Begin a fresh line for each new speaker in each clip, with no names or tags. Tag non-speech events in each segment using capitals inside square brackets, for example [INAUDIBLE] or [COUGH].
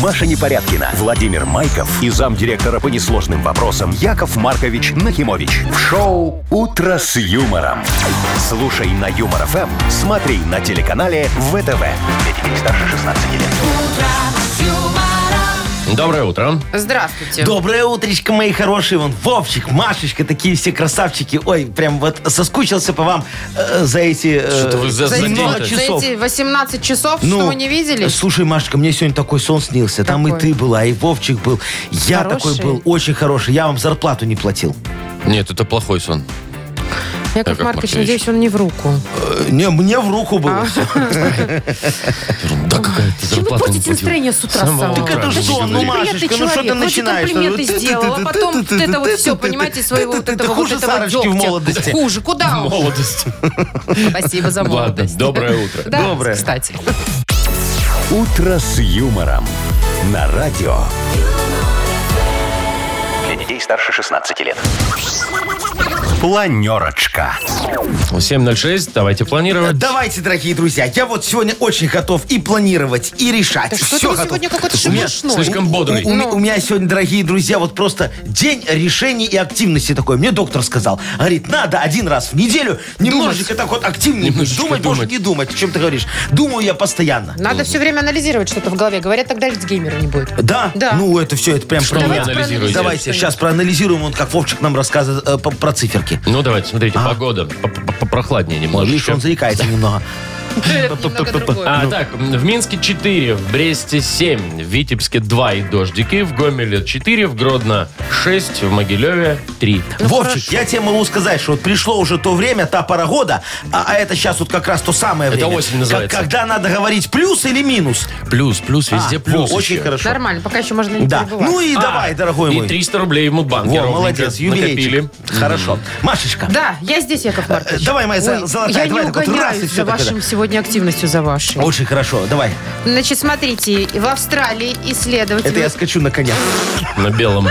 Маша Непорядкина, Владимир Майков и замдиректора по несложным вопросам Яков Маркович Нахимович. В шоу «Утро с юмором». Слушай на Юмор ФМ, смотри на телеканале ВТВ. Для детей старше 16 лет.
Доброе утро.
Здравствуйте.
Доброе утречко, мои хорошие. Вон Вовчик, Машечка, такие все красавчики. Ой, прям вот соскучился по вам э, за эти... э,
Что-то вы за- за
За эти-
день-то.
много
за
часов.
эти 18 часов,
Ну,
что вы не видели?
Слушай, Машечка, мне сегодня такой сон снился. Там и
Какой?
ты была, и Вовчик был. Я
Хороший?
такой был, очень хороший. Я вам зарплату не платил.
Нет, это плохой сон.
Яков
Яков
Маркович,
Маркович. А
надеюсь, он не в руку.
Э, Не, мне в руку было. всё.
Да какая ты зарплата
Чем вы
не
портите
платила.
настроение с утра
Самого
самого?
Так это ж
Значит,
сон, ну,
неприятный
Машечка, ну что ты
человек. Вроде
начинаешь? Ну,
комплименты сделал, а потом вот это вот все, понимаете, своего вот
Ты
этого вот
хуже
этого
Сарочки в
дегтя.
молодости.
Хуже, куда уж.
Молодость.
Спасибо за
Ладно,
молодость.
доброе утро.
Да,
Доброе.
кстати.
[LAUGHS]
«Утро с юмором» на радио. Для детей старше 16 лет. Планерочка.
7.06, давайте планировать.
Э, Давайте, дорогие друзья, я вот сегодня очень готов и планировать, и решать.
что
Все
ты
готов.
Ну, сегодня какой-то
У меня-
шебушной.
Слишком бодрый.
У, у- у меня сегодня, дорогие друзья, вот просто день решений и активности такой. Мне доктор сказал, говорит, надо один раз в неделю немножечко так вот активнее быть.
Немножечко
думать,
думать.
может не думать, о чем ты говоришь. Думаю я постоянно.
Надо все время анализировать что-то в голове. Говорят, тогда Альцгеймера не будет.
Да?
Да.
Ну, это все, это прям...
Что
про
вы
меня.
анализируете?
Давайте, сейчас проанализируем, вот как Вовчик нам рассказывает э, по- про циферки.
Ну, давайте, смотрите, погода. Прохладнее
Видишь,
немножечко.
А? он заикается немного.
Это немного другое.
А, так, в Минске 4, в Бресте 7, в Витебске 2 и дождики, в Гомеле 4, в Гродно 6, в Могилеве 3.
Ну,
Вовчик, я тебе могу сказать, что вот пришло уже то время, та пора года, а, а это сейчас вот как раз то самое
Это
время.
осень называется.
Как- когда надо говорить плюс или минус.
Плюс, плюс, везде
А,
плюс
во, Очень
еще.
хорошо.
Нормально, пока еще можно не
Да.
перебывать.
Ну и
А,
давай, дорогой мой.
И 300 рублей в Мудбанке
Во,
ровненько
молодец,
накопили.
юбилейчик. Хорошо. Машечка.
Да, я здесь, Яков Маркович.
Э, давай, моя за-
Ой,
золотая,
Я не
давай так вот раз и
угоняюсь
всё
за
так это.
вашим сегодня активностью, за вашей.
Очень хорошо, давай.
Значит, смотрите, в Австралии исследователи...
Это я скачу на коня. [LAUGHS]
На белом.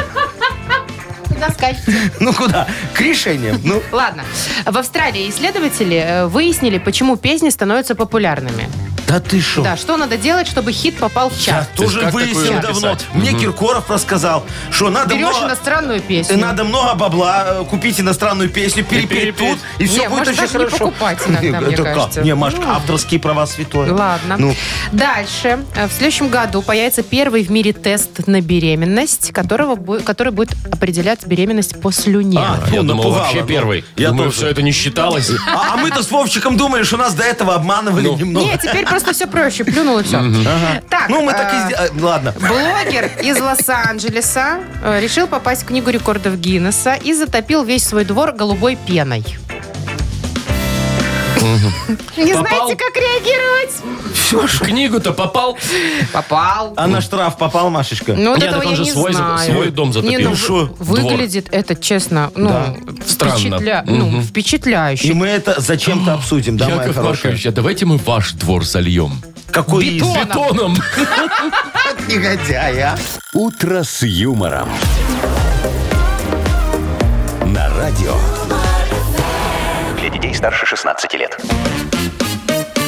[LAUGHS] Куда скачете?
Ну куда? К решениям. Ну,
Ладно. В Австралии исследователи э, выяснили, почему песни становятся популярными.
да ты шо?
Да, что надо делать, чтобы хит попал в
Я
чат?
есть
тоже
как такое
выяснил давно.
написать?
Мне Киркоров рассказал, что надо
Берешь
много-
иностранную
И
песню.
Надо много бабла, э, купить иностранную песню, перепеть
перепеть.
тут, и все
Не,
будет
может,
очень
даже не
хорошо.
покупать иногда, мне
Это как?
кажется.
Не, Машка,
Ну.
авторские права святое.
Ладно.
Ну,
Дальше. Э, В следующем году появится первый в мире тест на беременность, которого, бу- который будет определять беременность по слюне.
А,
Я
Ну,
думал,
напугало,
вообще
ну.
первый.
Я
Думаю,
тоже.
все это не
[LAUGHS]
считалось.
а, а мы-то с Вовчиком думали, что нас до этого обманывали
Ну.
немного.
Ну. Не, теперь просто все проще. Плюнул и все. Так,
ну, мы так
э,
и сделали. Ладно.
Блогер из Лос-Анджелеса э, решил попасть в книгу рекордов Гиннесса и затопил весь свой двор голубой пеной. Не
Попал?
знаете, как реагировать?
В книгу-то попал.
Попал.
А на штраф попал, Машечка?
Ну, вот
Нет,
этого
так он
я
же
не
свой за-
знаю.
свой дом затопил.
Не,
Ну,
ну, вы-
шо?
Выглядит это, честно, ну,
Странно.
впечатля- ну,
и
впечатляюще.
мы это
Ну.
зачем-то обсудим, да, моя
Яков
хорошая?
Маркович, а давайте мы ваш двор зальем.
Какой
Бетон.
из-
Бетоном. [LAUGHS]
Вот негодяй, а?
«Утро с юмором». На радио. Для детей старше 16 лет.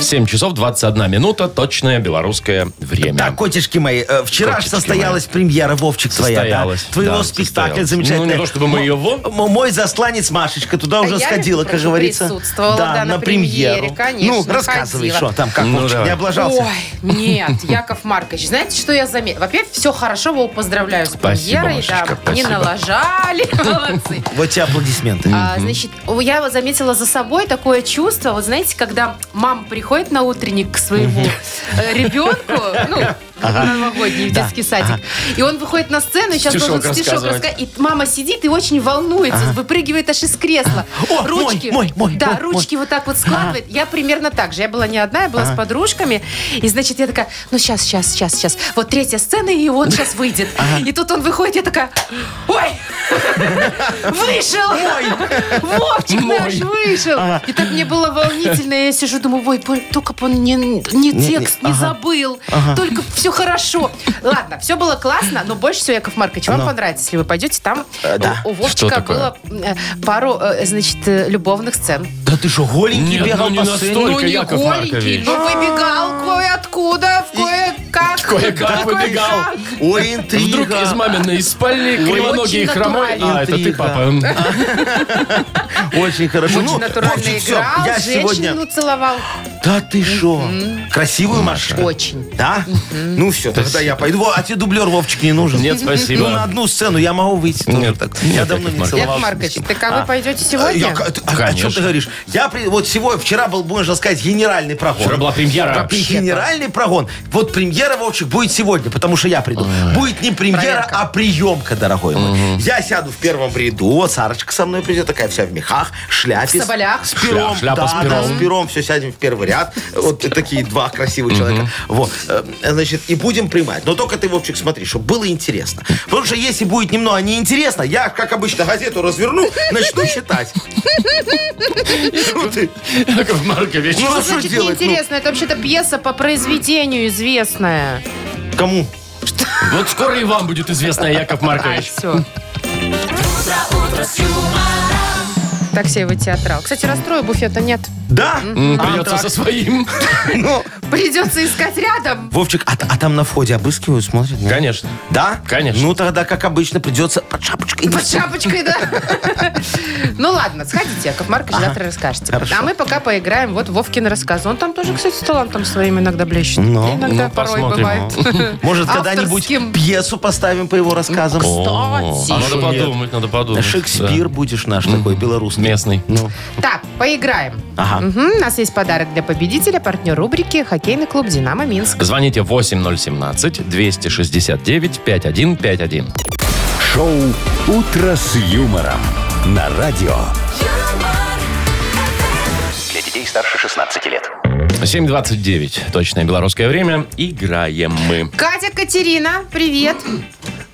7 часов 21 минута. Точное белорусское время.
Так, котишки мои, э, вчера ж
Котички
состоялась премьера Вовчик твоя, да?
Состоялась,
Твоего
да,
спектакля
состоялась.
замечательного.
Ну, не то, чтобы мы его.
Мой засланец Машечка туда
А
уже
я, между
сходила, как
прочим,
говорится.
присутствовала, да, на премьере, конечно,
Ну, рассказывай,
ходила.
что там, как
Ну,
Вовчик,
давай.
не облажался?
Ой, нет, Яков Маркович, знаете, что я заметила? Во-первых, все хорошо, его поздравляю с
Спасибо,
премьерой. да,
Машечка,
не
спасибо.
налажали, [LAUGHS] молодцы.
Вот тебе аплодисменты.
А, значит, у- я вот заметила за собой такое чувство, вот знаете, когда мама приходит на утренник к своему э, ребенку, ну, на новогодний в
Да.
детский садик, и он выходит на сцену, и сейчас
Стишок
должен стишок
рассказывать.
рассказать, и мама сидит и очень волнуется, выпрыгивает аж из кресла.
О, мой, мой, мой,
да,
мой, мой.
ручки вот так вот складывает. Я примерно так же, я была не одна, я была с подружками, и, значит, я такая, ну, сейчас, сейчас, сейчас, сейчас, вот третья сцена, и он сейчас выйдет. И тут он выходит, я такая, ой, Вышел! Вовчик наш вышел! И так мне было волнительно. Я сижу, думаю, ой, бой, только бы он не, не текст не забыл. Только все хорошо. Ладно, все было классно, но больше всего, Яков Маркович, вам понравится, если вы пойдете там. У у
Что
Вовчика
такое?
было э, пару, э, значит, э, любовных сцен.
Да ты что, голенький
Нет,
бегал
ну не
по
настолько.
сцене?
Только Яков
голенький,
Маркович.
но выбегал кое-откуда, в кое-как.
Кое-как выбегал.
Ой, интрига.
Вдруг из маминой спальни кривоногий и
Очень
хромой. А,
натурально.
это ты,
Интрига.
папа. [LAUGHS]
Очень хорошо.
Очень
Ну,
натурально
в общем, всё.
играл,
Я
женщину
сегодня...
целовал.
Да ты шо? Красивую Маша?
Очень.
Да? Ну все, тогда я пойду. Во, А тебе дублер Вовчик не нужен?
Нет, спасибо.
Ну на одну сцену я могу выйти тоже
Нет,
так.
нет,
я давно не
Яков
целовался.
Яков Маркович, так а вы пойдете сегодня?
Я- а ты- а- о
Конечно.
чем ты говоришь? Я при- вот сегодня, вчера был, можно сказать, генеральный прогон.
Вчера была премьера.
Про- Генеральный прогон. Вот премьера, Вовчик, будет сегодня, потому что я приду. Будет не премьера,
Проверка.
а приемка, дорогой мой. Я сяду в первом ряду, вот Сарочка со мной придет, такая вся в мехах, шляпе.
В соболях.
С пером.
Шля- шляпа
да,
с
да,
пером.
с пером. Все, сядем в первый ряд. Вот такие два красивых человека. Вот. Э, Значит, и будем примать. Но только ты, Вовчик, смотри, чтобы было интересно. Потому что если будет немного неинтересно, я, как обычно, газету разверну, начну читать. Что ты?
Яков
[LAUGHS]
Маркович.
Ну, а
Что
что
значит
делать? Ну,
неинтересно? Это вообще-то пьеса по произведению известная.
Кому?
Вот скоро и вам будет известно, Яков Маркович.
Все. Таксеевый театрал. Кстати, расстроя буфета нет.
Да?
М, Придется со своим.
Ну,
Придется искать рядом.
Вовчик, а, а там на входе обыскивают, смотрят? нет?
Конечно.
Да?
Конечно.
Ну, тогда, как обычно, придется под шапочкой.
Под шапочкой, да.
[LAUGHS]
Ну ладно, сходите, Яков Маркович, завтра расскажете.
хорошо.
А мы пока поиграем. Вот Вовкин рассказ. Он там тоже, кстати, с талантом своим иногда блещет.
Ну,
Иногда
ну,
порой
посмотрим.
бывает.
[LAUGHS] Может, когда-нибудь
Авторским.
пьесу поставим по его рассказам?
Кстати.
а Надо
шо
подумать, надо подумать.
Шекспир будешь наш такой,
Да.
белорусский.
Местный.
Ну,
Так, поиграем.
ага.
Мгм, у нас есть подарок для победителя, партнер рубрики «Хоккейный клуб «Динамо Минск».
Звоните 8017-269-5151.
Шоу «Утро с юмором» на радио.
Для детей старше 16 лет.
7.29. Точное белорусское время. Играем мы.
Катя, Катерина, привет.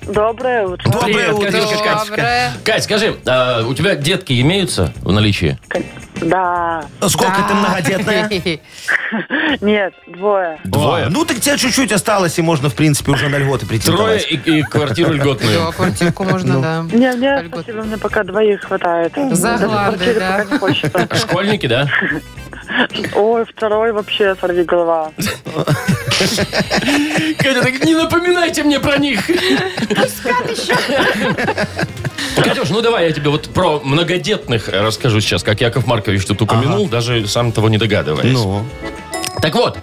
Доброе утро.
Доброе
Привет,
утро.
Катюшка.
Доброе.
Кать, скажи, а у тебя детки имеются в наличии?
Да.
Сколько ты
Да.
многодетная?
Нет, двое.
О, Ну, так тебе чуть-чуть осталось, и можно, в принципе, уже на льготы
Трое
претендовать.
и, и квартиру
Да,
льготную.
квартирку
Ну.
можно, да.
Не, мне,
Льгот.
спасибо, мне пока двоих хватает.
За
Даже
гланды,
квартиры
да.
пока не хочется.
Школьники,
[LAUGHS]
да?
Ой, второй вообще сорви голова.
Катя, так не напоминайте мне про них.
А
[LAUGHS] Катюш, ну давай я тебе вот про многодетных расскажу сейчас, как Яков Маркович тут упомянул, даже сам того не догадываясь.
Ну,
Так вот,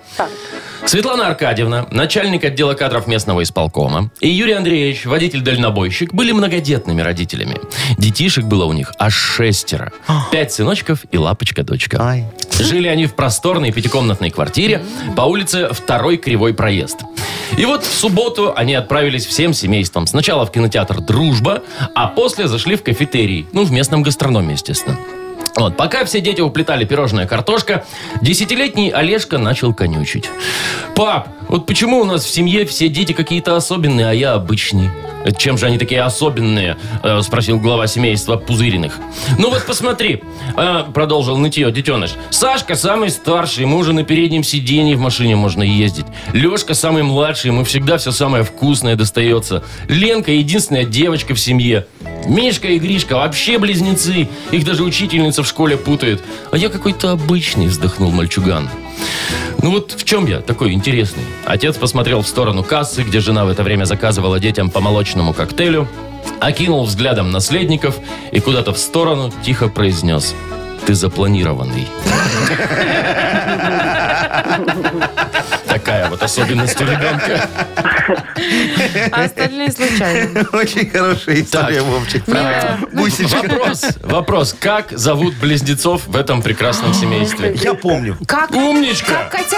Светлана Аркадьевна, начальник отдела кадров местного исполкома, и Юрий Андреевич, водитель-дальнобойщик, были многодетными родителями. Детишек было у них аж шестеро. Пять сыночков и лапочка-дочка.
ай.
Жили они в просторной пятикомнатной квартире по улице Второй Кривой Проезд. И вот в субботу они отправились всем семейством. Сначала в кинотеатр «Дружба», а после зашли в кафетерий. Ну, в местном гастрономе, естественно. Вот, пока все дети уплетали пирожное картошка, десятилетний Олежка начал конючить. «Пап, вот почему у нас в семье все дети какие-то особенные, а я обычный?» «Чем же они такие особенные?» э, спросил глава семейства Пузыриных. «Ну вот посмотри», э, продолжил нытье детеныш. «Сашка самый старший, ему уже на переднем сиденье в машине можно ездить. Лешка самый младший, ему всегда все самое вкусное достается. Ленка единственная девочка в семье. Мишка и Гришка вообще близнецы. Их даже учительница в школе путает. А я какой-то обычный, вздохнул мальчуган. Ну вот в чем я такой интересный? Отец посмотрел в сторону кассы, где жена в это время заказывала детям по молочному коктейлю, окинул взглядом наследников и куда-то в сторону тихо произнес. Ты запланированный. Такая вот особенность у ребенка.
А остальные случайно.
[LAUGHS] Очень хорошая история, Вовчик.
Милая. ну,
Бусечка.
Вопрос, вопрос. Как зовут близнецов в этом прекрасном семействе?
Я помню.
Как?
Умничка!
Как, Катя?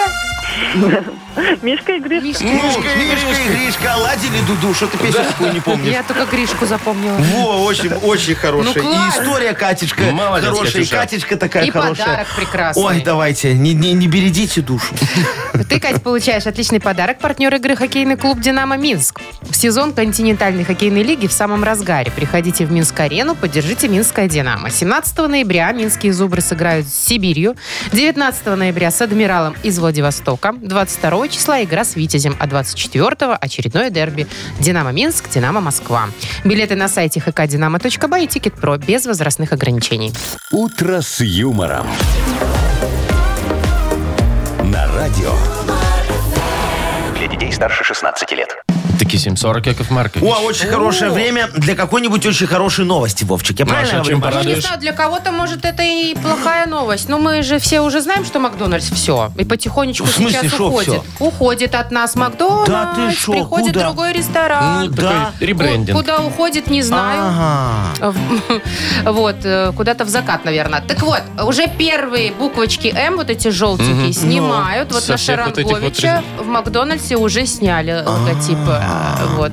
Мишка и Гриш.
Мишка.
Ну, Мишка и Гришка, оладили Дуду, что ты песню такую не помнишь?
Я только Гришку запомнила.
Во, очень, очень хорошая.
Ну,
и
класс.
история Катечка
Молодец,
хорошая, и
Катюша.
Катечка такая
И
хорошая.
подарок прекрасный.
Ой, давайте, не, не, не бередите душу.
[LAUGHS]
Ты, Кать, получаешь отличный подарок. Партнер игры хоккейный клуб «Динамо Минск». Сезон континентальной хоккейной лиги в самом разгаре. Приходите в Минск-арену, поддержите «Минское Динамо». 17 ноября минские «Зубры» сыграют с Сибирью. 19 ноября с «Адмиралом» из Владивостока. 22 числа игра с «Витязем», а 24 очередное дерби «Динамо Минск», «Динамо Москва». Билеты на сайте hkdinamo.by и «Тикет.Про» без возрастных ограничений.
«Утро с юмором». На радио.
Для Для детей старше 16 лет.
Таки 7.40, Яков Маркович.
О, очень хорошее время для какой-нибудь очень хорошей новости, Вовчик. Я правильно
Маша,
говорю?
чем
Маша?
Ну, не
порадуешь?
знаю, для кого-то, может, это и плохая новость. Но мы же все уже знаем, что Макдональдс все. И потихонечку
В смысле,
сейчас
шо
уходит. Уходит от нас Макдональдс,
Да ты шо,
приходит
куда?
другой
Ну,
ресторан.
такой
да.
ребрендинг.
Ку- Куда уходит, не знаю.
Ага.
В- [LAUGHS] Вот, э, куда-то в закат, наверное. Так вот, уже первые буквочки М, вот эти желтенькие, снимают. Вот
Со
на
всех вот этих вот
Шаранговича в Макдональдсе уже сняли логотипы. Вот.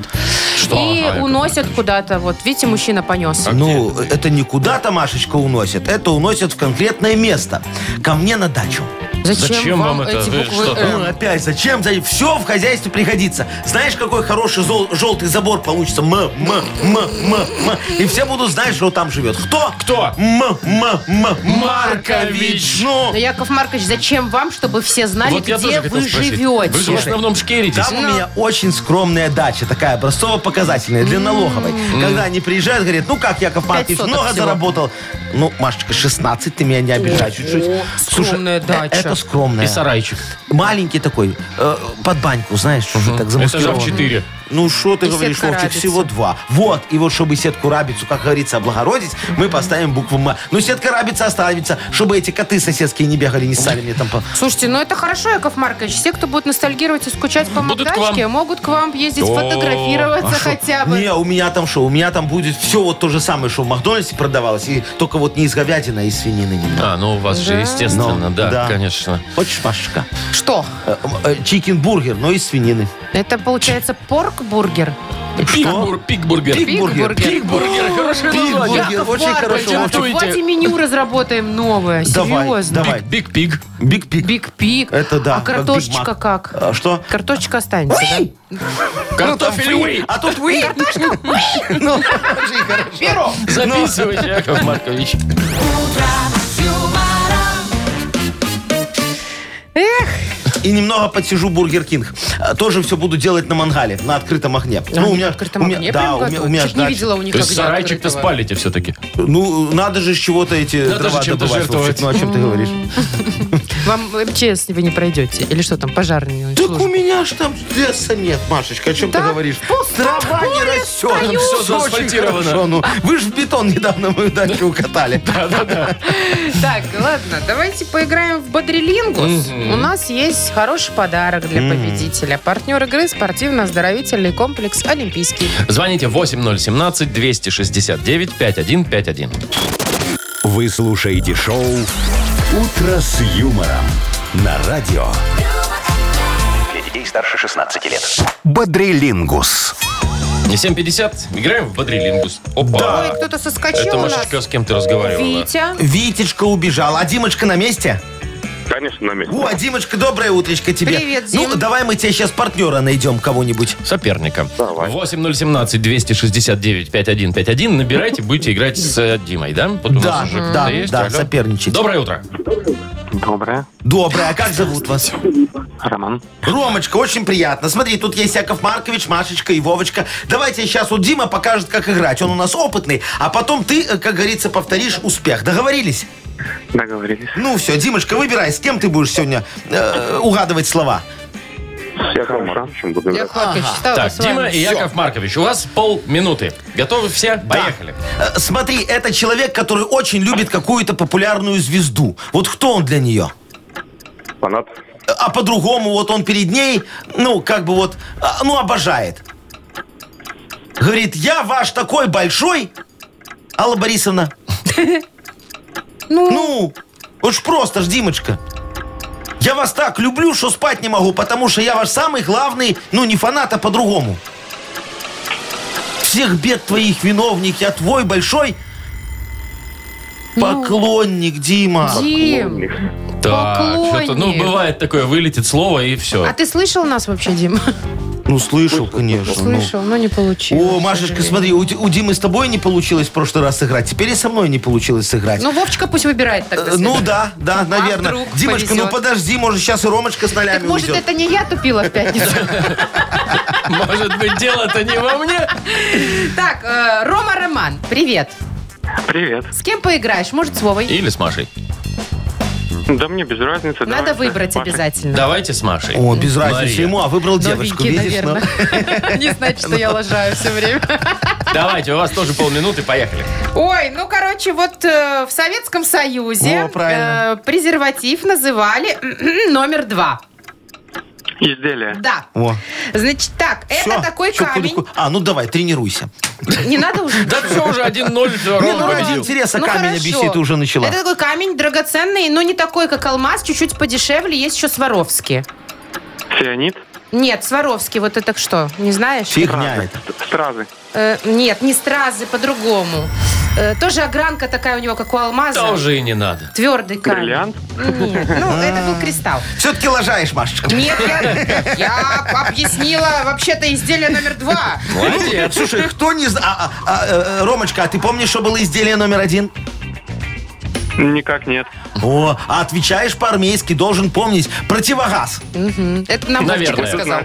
Что,
И
ага, Яков
уносят куда-то. Вот, видите, мужчина понес.
Ну, это не куда-то Машечка уносит, это уносит в конкретное место. Ко мне на дачу.
Зачем вам это?
эти
Вы
буквы
что-то-
«М»?
Ну, опять, зачем? Все в хозяйстве пригодится. Знаешь, какой хороший зол- желтый забор получится? М, м, м, м, м. И все будут знать, что там живет. Кто?
Кто?
М, м, м,
Маркович.
Маркович. Ну,
Но, Яков Маркович, зачем вам, чтобы все знали,
Вот я
где
тоже хотел
вы
спросить.
живете?
Вы же в основном шкеритесь.
Там у меня очень скромная дача, такая образцово-показательная, для налоговой. Когда они приезжают, говорят, ну как, Яков Маркович,
соток
много
всего.
заработал. Ну, Машечка, 16, ты меня не обижай чуть-чуть. Слушай,
скромная
э,
дача.
Это скромная.
И сарайчик.
Маленький такой, э, под баньку, знаешь, чуть-чуть так
Этажа
замаскирован.
в 4.
Ну, что ты
И
говоришь,
сетка
Вовчик,
рабица.
всего два. Вот, и вот, чтобы сетку рабицу, как говорится, облагородить, мы поставим букву М. Ну, сетка рабица останется, чтобы эти коты соседские не бегали, не стали мне там по...
Слушайте, ну это хорошо, Яков Маркович. Все, кто будет ностальгировать и скучать по
Будут к
Макдачке,
вам.
могут к вам ездить,
О,
фотографироваться
А шо?
хотя бы.
Не, у меня там что? У меня там будет все вот то же самое, что в Макдональдсе продавалось, и только вот не из говядины, а из свинины немного.
А, ну у вас же,
Да.
естественно,
Ну,
да,
да.
конечно.
А.
Хочешь, Машечка?
Что?
Э, э, Чикенбургер, но из свинины.
Это получается порк-бургер?
Пикбур- Пикбургер.
Пикбургер.
Пикбургер. Хорошее название.
Пикбургер.
Яков
очень
Маркович,
хорошо,
вот
Вовчик.
давайте меню разработаем новое.
Давай,
Серьезно.
давай.
Биг-пиг.
Ну,
Биг-пик.
Биг-пик.
Это да,
А
как Биг
картошечка
Мак.
как?
А, что?
Картошечка останется, да?
Картофель Уи.
А тут вы. [LAUGHS] Ну, очень хорошо.
ну.
Записывайте, Яков Маркович.
И немного подсижу Бургер Кинг. А, Тоже все буду делать на мангале, на открытом огне. Ну,
А, на открытом
у меня-
огне
да,
прям
у меня,
готовят?
у меня
Чуть
ж
не
дача.
видела у них
То есть
огня
сарайчик-то
открытого.
спалите все-таки.
Ну, надо же с чего-то эти
Надо
дрова
же чем-то
добывать. Вовчик.
жертвовать.
Ну, о чем ты говоришь?
Вам МЧС вы не пройдете? Или что там, пожарные
Так у меня ж там леса нет, Машечка, о чем ты
Да?
говоришь?
Пусто
Трава не
поле
растет.
стою.
Всё
Всё
очень
заасфальтировано.
хорошо, ну. вы же в бетон недавно мою дачу укатали.
Так, ладно, давайте поиграем в Бодрилингус. У нас есть хороший подарок для победителя. Партнер игры спортивно-оздоровительный комплекс «Олимпийский».
Звоните 8017-269-5151.
Вы слушаете шоу «Утро с юмором» на радио
Для детей старше 16 лет.
«Бодрилингус».
7.50. Играем в Бодрилингус. Опа.
Ой, кто-то соскочил
Это,
у нас.
Машечка, с кем ты разговаривала?
Витя.
Витечка убежал, а Димочка на месте?
Конечно, на месте.
О, Димочка, доброе утречко тебе.
Привет,
Ну,
Дим.
давай мы тебе сейчас партнера найдем кого-нибудь.
Соперника.
Давай.
8017-269-5151. Набирайте, будете играть с э, Димой, да?
Ну,
Вот у нас
Да,
уже
да,
кто-то есть.
да,
Алло.
соперничать.
Доброе утро.
Доброе.
Доброе, а как зовут вас?
Роман.
Ромочка, очень приятно. Смотри, тут есть Яков Маркович, Машечка и Вовочка. Давайте сейчас вот Дима покажет, как играть. Он у нас опытный, а потом ты, э, как говорится, повторишь успех. Договорились?
Договорились.
Ну все, Димочка, выбирай, с кем ты будешь сегодня э, угадывать слова.
Все хорошо.
Яков Маркович, что
Так,
с вами?
Дима и Яков Маркович, у вас полминуты. Готовы все? Поехали.
Э, смотри, это человек, который очень любит какую-то популярную звезду. Вот кто он для нее?
Фанат.
Э, А по-другому, вот он перед ней, ну, как бы вот, а, ну, обожает. Говорит, я ваш такой большой, Алла Борисовна.
[LAUGHS] Ну,
Ну, уж просто ж, Димочка. Я вас так люблю, что спать не могу, потому что я ваш самый главный, ну, не фанат, а по-другому. Всех бед твоих виновник, я твой большой
Ну.
поклонник, Дима.
Дим.
Так,
Поклонник.
что-то, ну, бывает такое, вылетит слово и все.
[LAUGHS] А ты слышал нас вообще, Дим?
Ну, слышал, конечно. ну.
[LAUGHS] Слышал, но не получилось.
О, Машечка, смотри, у, Ди- у Димы с тобой не получилось в прошлый раз сыграть, теперь и со мной не получилось сыграть.
Ну, Вовчика пусть выбирает
Э,
тогда.
Ну да, да, наверное.
а вдруг
Димочка,
повезет?
ну подожди, может сейчас и Ромочка с нолями
Так может,
уйдет.
это не я тупила в пятницу? [LAUGHS]
Может быть, дело-то не во мне?
Так, э, Рома Роман, привет.
Привет.
С кем поиграешь? Может, с Вовой?
Или с Машей.
Да мне без разницы.
Надо
давайте.
выбрать
Маша.
обязательно.
Давайте с Машей.
О, без разницы
Мария.
ему, а выбрал девочку,
Новенький,
видишь? ну.
наверное.
[LAUGHS]
Не значит, что я лажаю все время.
Давайте, у вас тоже полминуты, поехали.
Ой, ну, короче, вот э, в Советском Союзе
Во, правильно.
э, презерватив называли [CLEARS THROAT] номер два.
Изделие.
Да.
О,
Значит так,
ну. всё,
это такой
всё,
камень.
кулику- А, ну давай, тренируйся.
Не надо уже.
Да все уже 1-0, всё,
Не,
Рома
ну ради
победил.
интереса
Ну,
камень
хорошо.
объясни, ты уже начала.
Это такой камень драгоценный, но не такой, как алмаз, чуть-чуть подешевле. Есть еще Сваровский.
Фианит.
Нет, Сваровский, вот это что, не знаешь?
Фигня это.
Стразы.
Э, нет, не стразы, по-другому. Э, тоже огранка такая у него, как у алмаза.
Тоже и не надо.
Твердый камень.
Бриллиант.
Нет, ну это был кристалл.
Все-таки лажаешь, Машечка.
Нет, я, я объяснила вообще-то изделие номер два.
Молодец.
ну, Слушай, кто не знает... Ромочка, а ты помнишь, что было изделие номер один?
Никак нет.
О, а отвечаешь по-армейски, должен помнить противогаз.
Это нам Вовчик
Наверное.
сказал.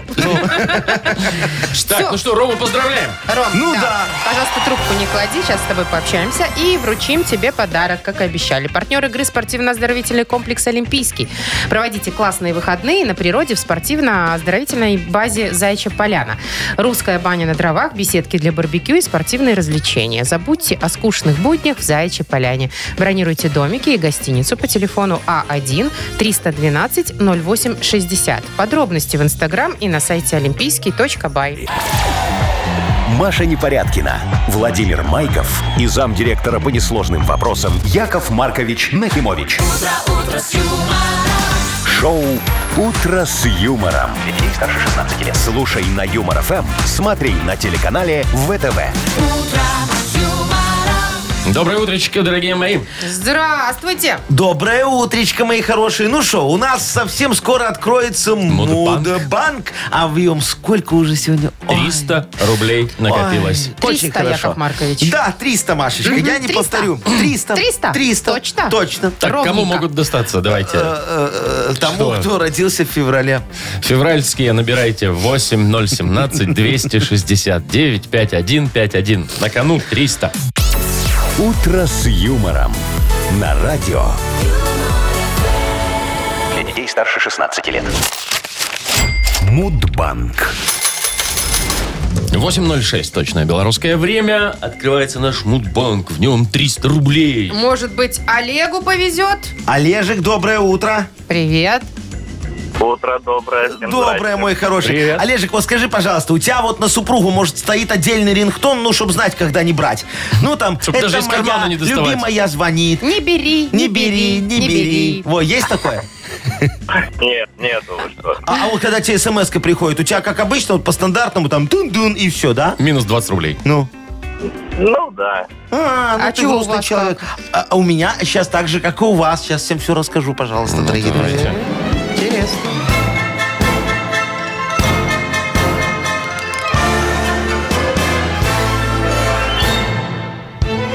Так, ну что, Рому поздравляем.
Ром,
Ну да.
Пожалуйста, трубку не клади, сейчас с тобой пообщаемся и вручим тебе подарок, как и обещали. Партнер игры спортивно-оздоровительный комплекс «Олимпийский». Проводите классные выходные на природе в спортивно-оздоровительной базе «Заячья поляна». Русская баня на дровах, беседки для барбекю и спортивные развлечения. Забудьте о скучных буднях в «Заячьей поляне». Бронируйте домики и гостиницу по телефону А А1-312-0860. Подробности в Инстаграм и на сайте олимпийский.бай.
Маша Непорядкина, Владимир Майков и замдиректора по несложным вопросам Яков Маркович Нахимович. Шоу Утро с юмором. Детей старше 16 лет. Слушай на юмор ФМ, смотри на телеканале ВТВ.
Доброе утречко, дорогие мои.
Здравствуйте!
Доброе утречко, мои хорошие. Ну что, у нас совсем скоро откроется
Модбанк.
Мудбанк. А в нем сколько уже сегодня? Ой.
300 рублей накопилось.
Ой,
300, Яков Маркович.
Да, 300, Машечка, я не
300.
повторю. 300.
300?
300.
Точно?
Точно.
Так, кому
ровненько.
могут достаться? Давайте.
Э, э, Тому,
Что?
кто родился в феврале.
Февральские набирайте 8017 269 5151. На кону 300.
Утро с юмором. На радио.
Для детей старше 16 лет.
Мудбанк.
8.06 точное белорусское время. Открывается наш мудбанк. В нем 300 рублей.
Может быть, Олегу повезет?
Олежек, доброе утро.
Привет.
Утро доброе.
Доброе, мой хороший.
Привет.
Олежек, вот скажи, пожалуйста, у тебя вот на супругу, может, стоит отдельный рингтон, ну, чтобы знать, когда не брать. Ну, там,
Чтоб даже
это
из кармана
моя
не доставать.
любимая звонит.
Не бери,
Не бери, не бери. Во, есть такое?
Нет, нету что.
А, а вот когда тебе смс приходит, у тебя, как обычно, вот по стандартному, там, дун-дун, и все, да?
Минус 20 рублей.
Ну.
Ну да.
А, ну
А
ты
чего у
грустный
вас
человек. А, а у меня сейчас так же, как и у вас. Сейчас всем все расскажу, пожалуйста, дорогие друзья.
Интересно.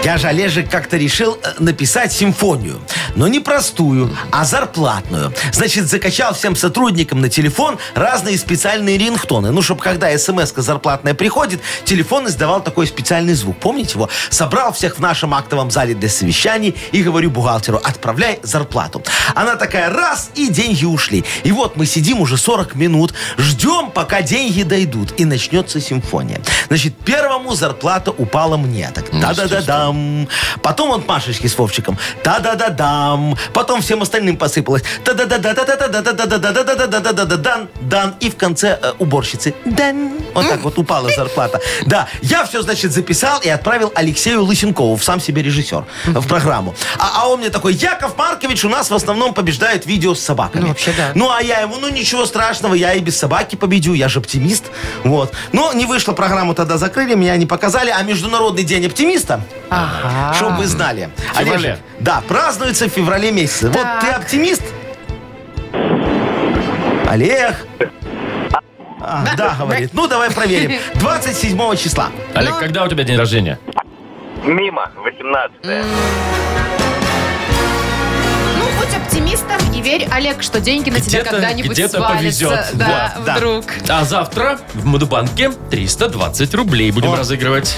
Я же, Олежек, как-то решил э, написать симфонию. Но не простую, а зарплатную. Значит, закачал всем сотрудникам на телефон разные специальные рингтоны. Ну, чтобы когда смс зарплатная приходит, телефон издавал такой специальный звук. Помните его? Собрал всех в нашем актовом зале для совещаний и говорю бухгалтеру, отправляй зарплату. Она такая раз, и деньги ушли. И вот мы сидим уже 40 минут, ждем, пока деньги дойдут, и начнется симфония. Значит, первому зарплата упала мне. Так, та-да-да-дам. Потом он Машечке с Вовчиком. Та-да-да-дам. Потом всем остальным посыпалось. Та-да-да-да-да-да-да-да-да-да-да-да-да-да-да-дан. Дан. И в конце э, уборщицы. Дан. Вот так вот упала зарплата. Да, я все, значит, записал и отправил Алексею Лысенкову, в сам себе режиссер, в программу. А, а он мне такой, Яков Маркович у нас в основном побеждает видео с собаками.
Ну, вообще да.
Ну, а я ему, ну, ничего страшного, я и без собаки победю, я же оптимист. Вот. Но не вышло, программу тогда закрыли, меня не показали, а Международный день оптимиста,
Ага.
чтобы вы знали.
А. В феврале.
Олежек, да, празднуется в феврале месяце.
Так.
Вот ты оптимист? Олег? А, да, говорит. Ну,
[LAUGHS]
давай проверим. 27 числа.
Олег, когда у тебя день рождения?
Мимо, 18
Ну, будь оптимистом и верь, Олег, что деньги на тебя
Где-то-
когда-нибудь
где-то
свалятся.
повезет.
Да,
Да, да.
вдруг.
А завтра в Мудбанке 320 рублей будем
О.
разыгрывать.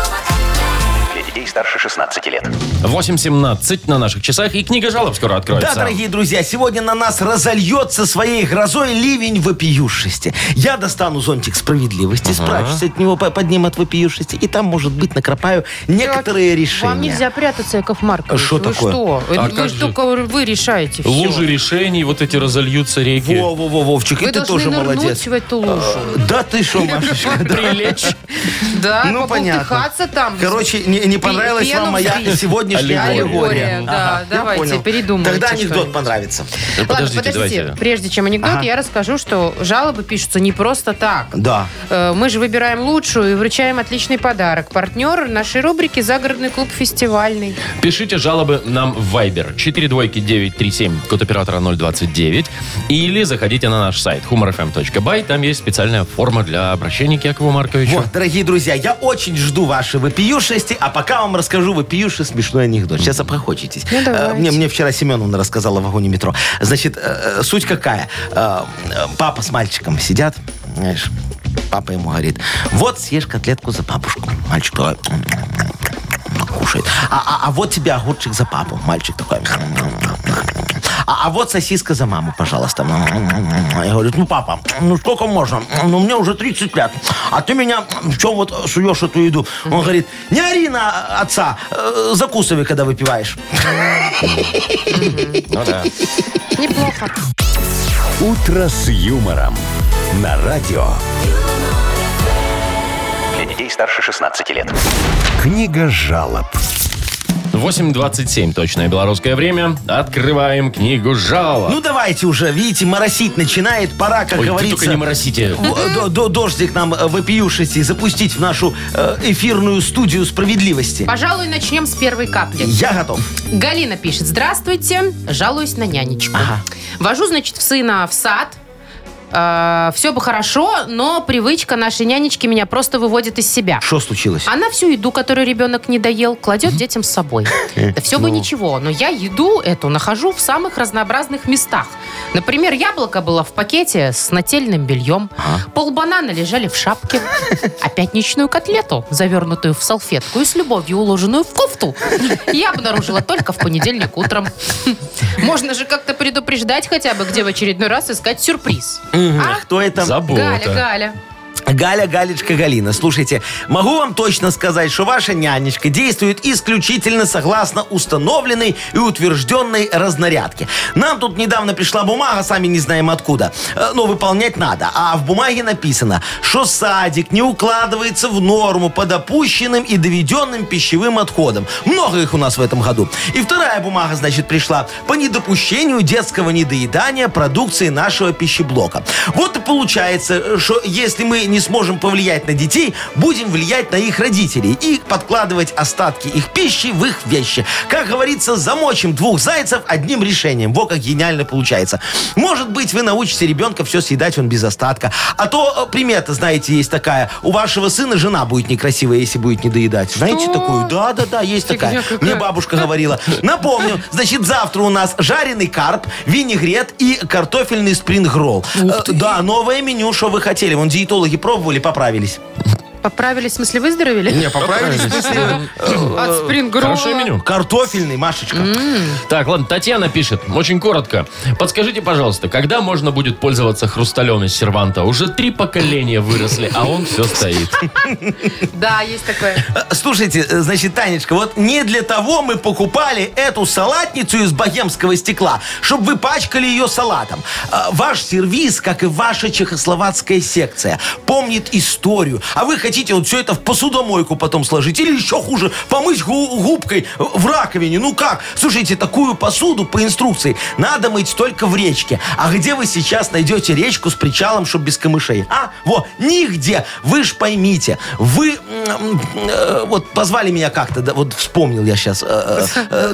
старше 16 лет.
8.17 на наших часах, и книга жалоб скоро откроется.
Да, дорогие друзья, сегодня на нас разольется своей грозой ливень вопиюшести. Я достану зонтик справедливости, спрячусь от него, по- под ним от вопиюшести, и там, может быть, накропаю некоторые решения.
Вам нельзя прятаться, Яков Маркович.
Что
Вы
такое?
что?
А
вы
как
ж
же?
только вы решаете все.
Лужи решений, вот эти разольются реки.
Во, во, во, Вовчик,
Вы
и ты
должны
тоже
нырнуть
молодец. А.
в эту лужу.
Да ты что, Машечка?
[LAUGHS] Прилечь.
Да,
Ну, понятно.
побултыхаться там.
Короче, не, не понравилась
пену
вам моя
взбить.
сегодняшняя
Аллегория.
аллегория.
Аллегория, да,
я
давайте,
понял.
передумайте
Тогда анекдот
что-нибудь.
понравится.
Ладно, подождите, прежде чем анекдот, я расскажу, что жалобы пишутся не просто так.
Да.
Э, Мы же выбираем лучшую и вручаем отличный подарок. Партнер нашей рубрики «Загородный клуб фестивальный».
Пишите жалобы нам в Viber 42937, код оператора 029. Или заходите на наш сайт humorfm.by. Там есть специальная форма для обращения к Якову Марковичу.
Вот, дорогие друзья, я очень жду ваши вопиюшести, а пока вам расскажу вопиюши смешной анекдот. Сейчас обхохочетесь.
Ну, давайте.
Э, мне, мне вчера Семеновна рассказала в вагоне метро. Значит, э, э, суть какая? Э, э, Папа с мальчиком сидят, знаешь, папа ему говорит, вот съешь котлетку за бабушку. Мальчик такой, «М-м-м-м», кушает. А, а- а вот тебе огурчик за папу. Мальчик такой, «М-м-м-м». А, а вот сосиска за маму, пожалуйста. Я говорю, ну, папа, ну, сколько можно? Ну, мне уже 30 лет. А ты меня в чем вот суешь эту еду? Он говорит, не ори на отца, э, закусывай, когда выпиваешь.
Неплохо.
«Утро с юмором» на радио.
Для детей старше 16 лет.
Книга жалоб.
8.27 точное белорусское время. Открываем книгу жалоб.
Ну, давайте уже, видите, моросить начинает, пора, Ну, как
Ой, вы
говорится...
только не моросите.
в- э, до- до- Дождик нам э, вопиюшести запустить в нашу э, эфирную студию справедливости.
Пожалуй, начнем с первой капли.
Я готов.
Галина пишет. Здравствуйте. Жалуюсь на нянечку. Вожу, значит, в сына в сад. все бы хорошо, но привычка нашей нянечки меня просто выводит из себя.
Что случилось?
Она всю еду, которую ребенок не доел, кладет детям с собой. Все бы ничего, но я еду эту нахожу в самых разнообразных местах. Например, яблоко было в пакете с нательным бельем, полбанана лежали в шапке, а пятничную котлету, завернутую в салфетку и с любовью уложенную в кофту, я обнаружила только в понедельник утром. Можно же как-то предупреждать хотя бы, где в очередной раз искать сюрприз. А?
Кто это?
Забота.
Галя, Галя.
Галя, Галечка, Галина, слушайте, могу вам точно сказать, что ваша нянечка действует исключительно согласно установленной и утвержденной разнарядке. Нам тут недавно пришла бумага, сами не знаем откуда, Э, но выполнять надо. А в бумаге написано, что садик не укладывается в норму по допущенным и доведенным пищевым отходам. Много их у нас в этом году. И вторая бумага, значит, пришла по недопущению детского недоедания продукции нашего пищеблока. Вот и получается, что если мы не сможем повлиять на детей, будем влиять на их родителей и подкладывать остатки их пищи в их вещи. Как говорится, замочим двух зайцев одним решением. Во как гениально получается. Может быть, вы научите ребенка все съедать он без остатка. А то э, примета, знаете, есть такая. У вашего сына жена будет некрасивая, если будет недоедать. Знаете такую? Да, да, да, есть
Фигня
такая.
какая.
Мне бабушка говорила. Напомню, значит, завтра у нас жареный карп, винегрет и картофельный спрингролл. Э, Да, новое меню, что вы хотели. Вон диетологи пробовали, поправились.
Поправились, в смысле выздоровели?
поправились. в смысле,
От спрингролла.
Хорошее меню.
Картофельный, Машечка.
Так, ладно, Татьяна пишет, очень коротко. Подскажите, пожалуйста, когда можно будет пользоваться хрусталем из серванта? Уже три поколения выросли, а он все стоит.
Да, есть такое.
Э, Слушайте, э, значит, Танечка, вот не для того мы покупали эту салатницу из богемского стекла, чтобы вы пачкали ее салатом. Э, Ваш сервис, как и ваша чехословацкая секция, помнит историю. А вы хотите вот все это в посудомойку потом сложить или еще хуже, помыть гу- губкой э, в раковине. Ну как? Слушайте, такую посуду по инструкции надо мыть только в речке. А где вы сейчас найдете речку с причалом, чтобы без камышей? А? Во, нигде. Вы ж поймите, вы м, э, вот позвали меня как-то, да, вот вспомнил я сейчас, э,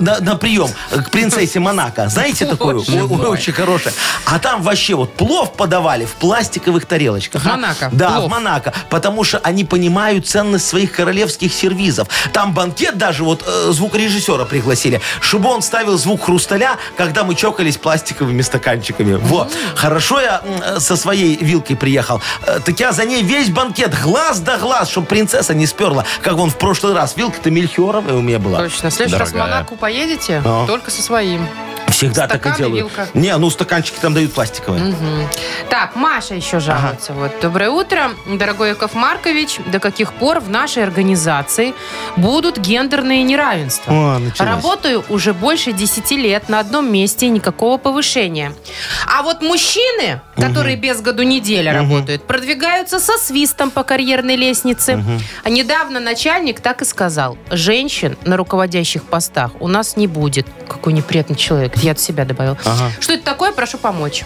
на, на прием к принцессе Монако. Знаете такую?
Боже
Ой, Очень хорошая. А там вообще вот плов подавали в пластиковых тарелочках.
В
а?
Монако?
Да,
Плов?
в Монако. Потому что они понимают ценность своих королевских сервизов. Там банкет даже вот э, звукорежиссера пригласили, чтобы он ставил звук хрусталя, когда мы чокались пластиковыми стаканчиками. Вот. Хорошо я м, э, со своей вилкой приехал. Э, так я за ней весь банкет, глаз да глаз, чтобы принцесса не сперла. Как вон в прошлый раз. Вилка-то мельхиоровая у меня была.
Точно. В следующий раз в
Дорогая.
Монаку поедете?
Ну.
Только со своим.
Всегда так
Стакан
и
и
делаю.
вилка.
Не, ну стаканчики там дают пластиковые.
Так, Маша еще жалуется. Вот. Доброе утро, дорогой Яков Маркович. До каких пор в нашей организации будут гендерные неравенства?
О, началось.
Работаю уже больше 10 лет на одном месте и никакого повышения. А вот мужчины, которые без году неделя работают, продвигаются со свистом по карьерной лестнице. А недавно начальник так и сказал. Женщин на руководящих постах у нас не будет. Какой неприятный человек. Это Я от себя добавил.
Ага.
Что это такое? Прошу помочь.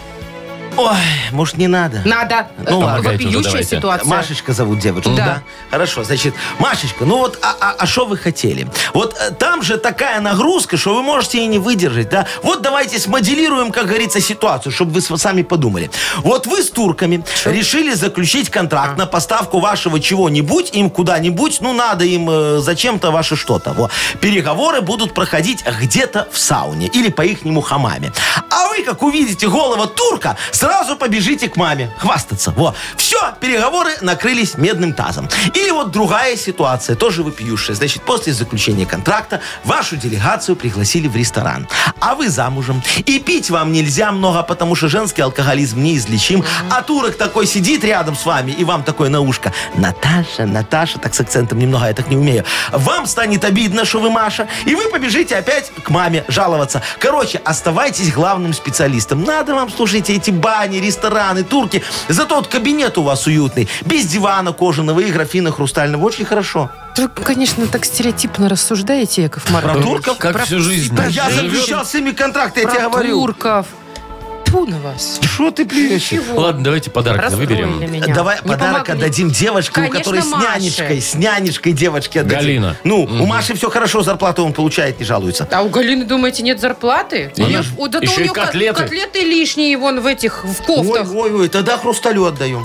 Ой, может, не надо.
Надо.
Ну,
Э,
помогайте уже,
Вопиющая
давайте.
ситуация.
Машечка зовут девочку,
Да.
да. Хорошо, значит, Машечка, ну вот, а что вы хотели? Вот э, там же такая нагрузка, что вы можете и не выдержать, да? Вот давайте смоделируем, как говорится, ситуацию, чтобы вы с- сами подумали. Вот вы с турками решили заключить
А.
контракт на поставку вашего чего-нибудь им куда-нибудь, ну надо им э, зачем-то ваше что-то. Во. Переговоры будут проходить где-то в сауне или по ихнему хамаме. А вы, как увидите голого турка, сразу побежите к маме хвастаться. Во. Все, переговоры накрылись медным тазом. Или вот другая ситуация, тоже вопиющая. Значит, после заключения контракта вашу делегацию пригласили в ресторан. А вы замужем. И пить вам нельзя много, потому что женский алкоголизм неизлечим. А турок такой сидит рядом с вами, и вам такое на ушко. Наташа, Наташа, так с акцентом немного, я так не умею. Вам станет обидно, что вы Маша, и вы побежите опять к маме жаловаться. Короче, оставайтесь главным специалистом. Надо вам, слушайте, эти бани, рестораны, турки. Зато вот кабинет у вас уютный. Без дивана кожаного и графина хрустального. Очень хорошо.
Вы, конечно, так стереотипно рассуждаете, Яков Маркович.
турков?
Как всю жизнь
Да я
живет.
заключал с ними контракт, я
Про
тебе говорю.
турков. Тьфу на вас.
Что ты плещешь?
Ладно, давайте подарок
Расстроили
выберем.
меня.
Давай
Не
подарок
помогли.
отдадим девочке, у
Конечно,
которой с
Маше.
нянечкой, с нянечкой девочке отдадим.
Галина.
Ну, у Маши все хорошо, зарплату он получает, не жалуется.
А у Галины, думаете, нет зарплаты?
Она
Она
ж-
ж- о, да то
еще
у
и
нее ко-
котлеты.
котлеты лишние вон в этих, в
Ой,
кофтах.
ой, ой, тогда хрусталю отдаем.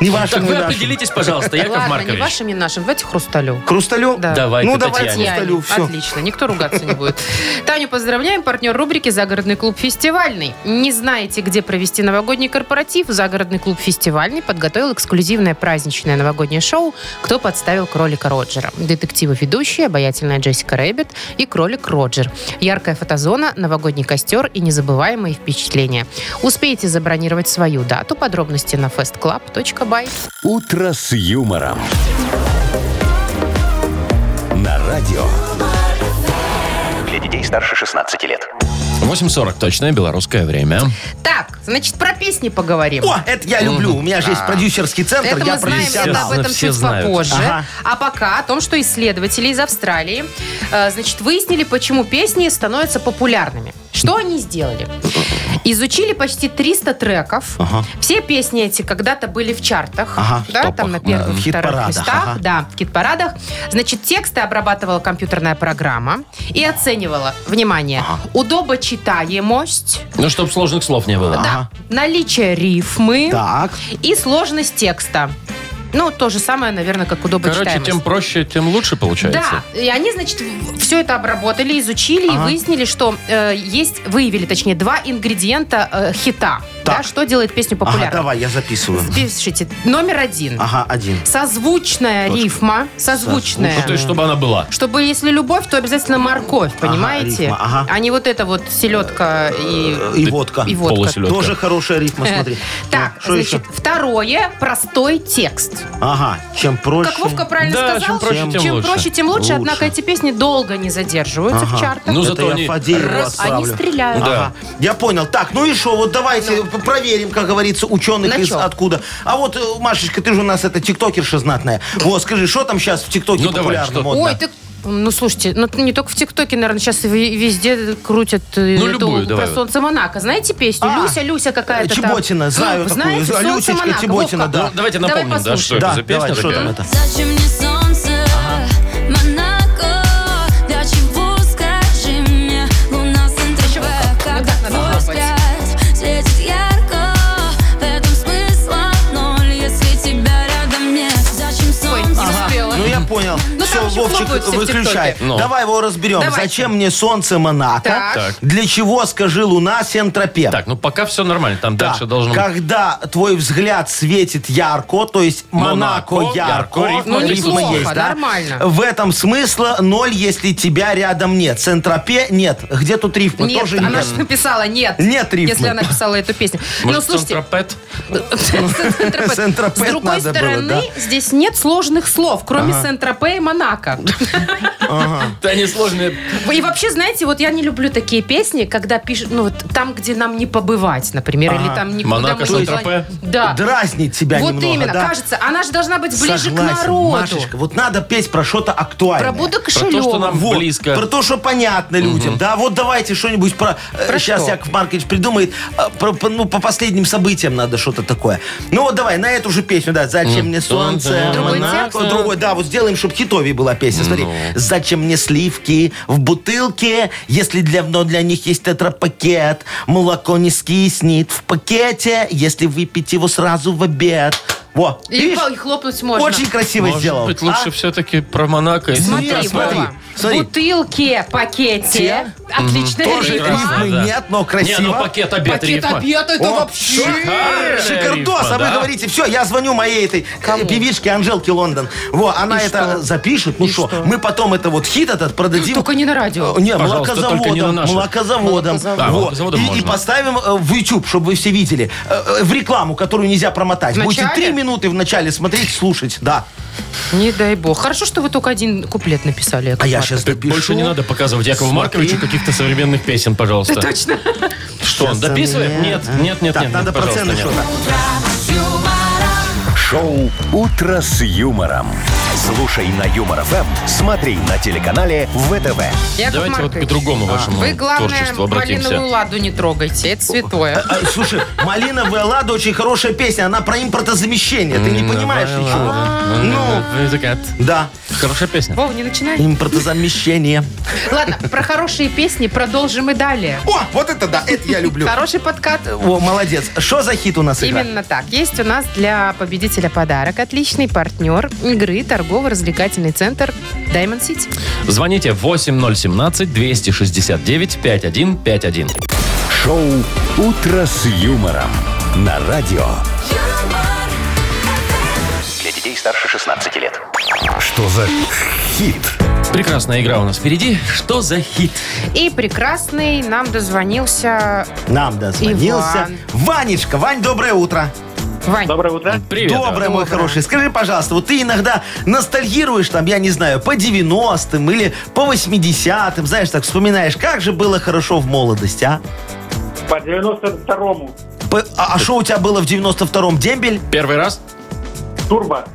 Не вашим,
Так
не
вы
нашим.
определитесь, пожалуйста, Яков
Ладно, не
Маркович.
вашим, не нашим, давайте хрусталю.
Хрусталю?
Да.
Давай,
Ну,
ты,
давай,
Татьяне.
Слушай, Алю, всё.
Отлично, никто ругаться не будет. Таню поздравляем, партнер рубрики «Загородный клуб фестивальный». Не знаете, где провести новогодний корпоратив? «Загородный клуб фестивальный» подготовил эксклюзивное праздничное новогоднее шоу «Кто подставил кролика Роджера». Детективы ведущие, обаятельная Джессика Рэббит и кролик Роджер. Яркая фотозона, новогодний костер и незабываемые впечатления. Успейте забронировать свою дату. Подробности на festclub.by.
«Утро с юмором». На радио.
Для детей старше 16 лет.
8.40, точное белорусское время.
Так, значит, про песни поговорим.
О, это я люблю. У меня же
А.
есть продюсерский центр,
Это
я
мы знаем, это
профессионал.
об этом
Все
чуть
знают.
попозже.
Ага.
А пока о том, что исследователи из Австралии, э, значит, выяснили, почему песни становятся популярными. Что они сделали? Изучили почти 300 треков.
Ага.
Все песни эти когда-то были в чартах.
Ага, в
да,
топах,
там на
да,
первых,
в
вторых
хит-парадах,
местах.
ага.
Да, в кит-парадах. Значит, тексты обрабатывала компьютерная программа и оценивала, внимание, удобочитаемость,
Ну, чтобы сложных слов не было.
да, наличие рифмы
Так.
и сложность текста. Ну, то же самое, наверное, как удобно
Короче, тем проще, тем лучше
Да,
получается.
и они, значит, все это обработали, изучили
Ага.
и выяснили, что э, есть, выявили, точнее, два ингредиента э, хита.
Так.
Да, что делает песню популярной.
Ага, давай, я записываю.
Пишите. Номер один.
Ага, один.
Созвучная
Точка.
рифма. Созвучная.
Ну, то есть, чтобы она была.
Чтобы, если любовь, то обязательно морковь, понимаете?
рифма, ага. Э,
А не вот это вот селедка и...
И водка.
и водка.
Полуселедка.
Тоже хорошая рифма, смотри.
Так,
Ну, что
значит,
еще?
второе, простой текст.
Ага, чем проще.
Как Вовка правильно
Да,
сказал,
чем проще, тем лучше.
проще, тем лучше,
Лучше.
однако эти песни долго не задерживаются в
Ага.
чартах.
Ну,
Это
зато
я
они-
Фадееву
Раз, они
отправлю.
стреляют.
Да.
Ага, я понял. Так, ну и что, вот давайте п- проверим, как говорится, ученых
На
из
чём?
откуда. А вот, э, Машечка, ты же у нас это тиктокерша знатная. Вот, скажи, что там сейчас в тиктоке
Ну, давай,
популярно
что?
модно?
Ой, ты... Ну, слушайте, ну не только в ТикТоке, наверное, сейчас везде крутят э,
Ну,
эту
любую давай.
про солнце Монако. Знаете песню?
А,
Люся, Люся какая-то там.
Чеботина, знаю
Ну,
такую.
Знаете,
А,
«Солнце
Люсечка
Монако».
Чеботина,
Вовка,
да.
Ну, давайте
Давай
напомним, да, что
послушаем.
это
Да,
за песня
давай, что
такая.
там это?
Зачем мне солнце, Монако? Для чего, скажи мне, луна в
Еще
центре
вот
Как
как надо
твой
хлопать.
взгляд светит ярко В этом смысла ноль, если тебя рядом нет Зачем солнце?
Ой, не успела.
Ну, я понял.
Ну,
Все,
там еще
Вовчик,
хлопают все в
выключай.
ТикТоке.
Ну.
Давай его разберем.
Давайте.
Зачем мне солнце Монако?
Так.
Так.
Для чего, скажи, луна сентропе?
Так, ну пока все нормально. Там
Да.
дальше должно быть...
Когда твой взгляд светит ярко, то есть
Монако,
Монако,
ярко,
ярко,
рифма,
Ну,
рифма
неплохо,
есть, да?
нормально.
В этом смысла ноль, если тебя рядом нет. Центропе нет. Где тут рифмы?
Нет,
Тоже
она
нет.
же написала нет.
Нет рифмы.
Если она писала эту песню. ну,
Может,
слушайте,
Центропед?
[LAUGHS]
Сент-Тропе.
Сент-Тропе
С другой
надо было,
стороны,
да.
здесь нет сложных слов, кроме Сент-Тропе и Монако.
Да они сложные.
И вообще, знаете, вот я не люблю такие песни, когда пишут, ну, вот там, где нам не побывать, например, или там никуда
Монако,
мы не
Сент-Тропе?
плани- Да.
Дразнит тебя
а, вот
немного,
именно,
да?
кажется, она же должна быть ближе
Согласен,
к народу.
Машечка, вот надо петь про что-то актуальное.
Про Буду
что
кошелек.
нам
Вот,
близко.
Про то, что понятно людям. Да, вот давайте что-нибудь про... э,
Про
сейчас
что?
Яков Маркович придумает. э, про- по- ну, по последним событиям надо что-то такое. Ну, вот давай, на эту же песню, да. «Зачем мне солнце?»
Другой
Монако»,
текст?
Другой, да, вот сделаем, чтобы хитовее была песня. Смотри. «Зачем мне сливки в бутылке, если для, но для них есть тетрапакет? Молоко не скиснет в пакете, если выпить его сразу в обед». Во,
И,
видишь?
по- и хлопнуть можно.
Очень красиво
Может
сделал.
быть, лучше
а?
все-таки про Монако. и
Смотри,
Нет,
Центропед.
смотри,
Вова,
смотри.
бутылки, пакете.
Те?
Отличная
Тоже
рифма.
прекрасно,
рифмы
да.
нет, но красиво.
Не, ну пакет обед
Пакет
рифма.
обед, это вообще...
шикарная
Шикардос,
рифма,
а вы
да.
говорите, все, я звоню моей этой э, певичке Анжелке Лондон. Во, она
И
это
что?
запишет, ну что, мы потом это вот хит этот продадим. Э,
Только не на радио.
Не,
Пожалуйста, только не на
молокозаводом,
нашем.
молокозаводом.
Молокозавод.
Да,
Во.
молокозаводом
И- и,
можно.
поставим э, в YouTube, чтобы вы все видели, э, э, в рекламу, которую нельзя промотать.
В
Будете
начале?
три минуты вначале смотреть, слушать, да.
Не дай бог. Хорошо, что вы только один куплет написали. Яков
А я
Маркович.
сейчас допишу.
Больше не надо показывать Якову
Смотри.
Марковичу каких-то современных песен, пожалуйста.
[LAUGHS] Точно.
Что, он
Щас, а,
дописывает?
не,
Нет,
а.
нет, нет,
Так,
нет.
надо
нет, пожалуйста,
проценты
нет.
что-то.
Шоу «Утро с юмором». Слушай на Юмор ФМ, смотри на телеканале ВТВ.
Яков
Давайте вот к
Маркович,
другому вашему
Вы, главное,
Ну, творчеству
малиновую
обратимся.
ладу не трогайте. Это святое.
А, Слушай, «Малиновая лада» очень хорошая песня. Она про импортозамещение. Ты не понимаешь ничего. Ну,
Ну, такая
да.
Хорошая песня.
Вов, не начинай.
Импортозамещение.
Ладно, про хорошие песни продолжим и далее.
О, вот это да, это я люблю.
Хороший подкат.
О, молодец. Что за хит у нас игра?
Именно так. Есть у нас для победителя подарок. Отличный партнер игры торгово-развлекательный центр Diamond City.
Звоните 8017-269-5151.
Шоу «Утро с юмором» на радио.
юмор,
Для детей старше 16 лет.
Что за хит?
Прекрасная игра у нас впереди. Что за хит?
И прекрасный нам дозвонился
Нам дозвонился
Иван.
Ванечка. Вань, доброе утро.
Вань.
Доброе утро.
Привет.
доброе,
Ава.
мой хороший. Скажи, пожалуйста, вот ты иногда ностальгируешь там, я не знаю, по 90-м или по 80-м, знаешь, так вспоминаешь, как же было хорошо в молодости, а?
По 92-му.
П- А что у тебя было в 92-м? Дембель?
Первый раз?
Турбо.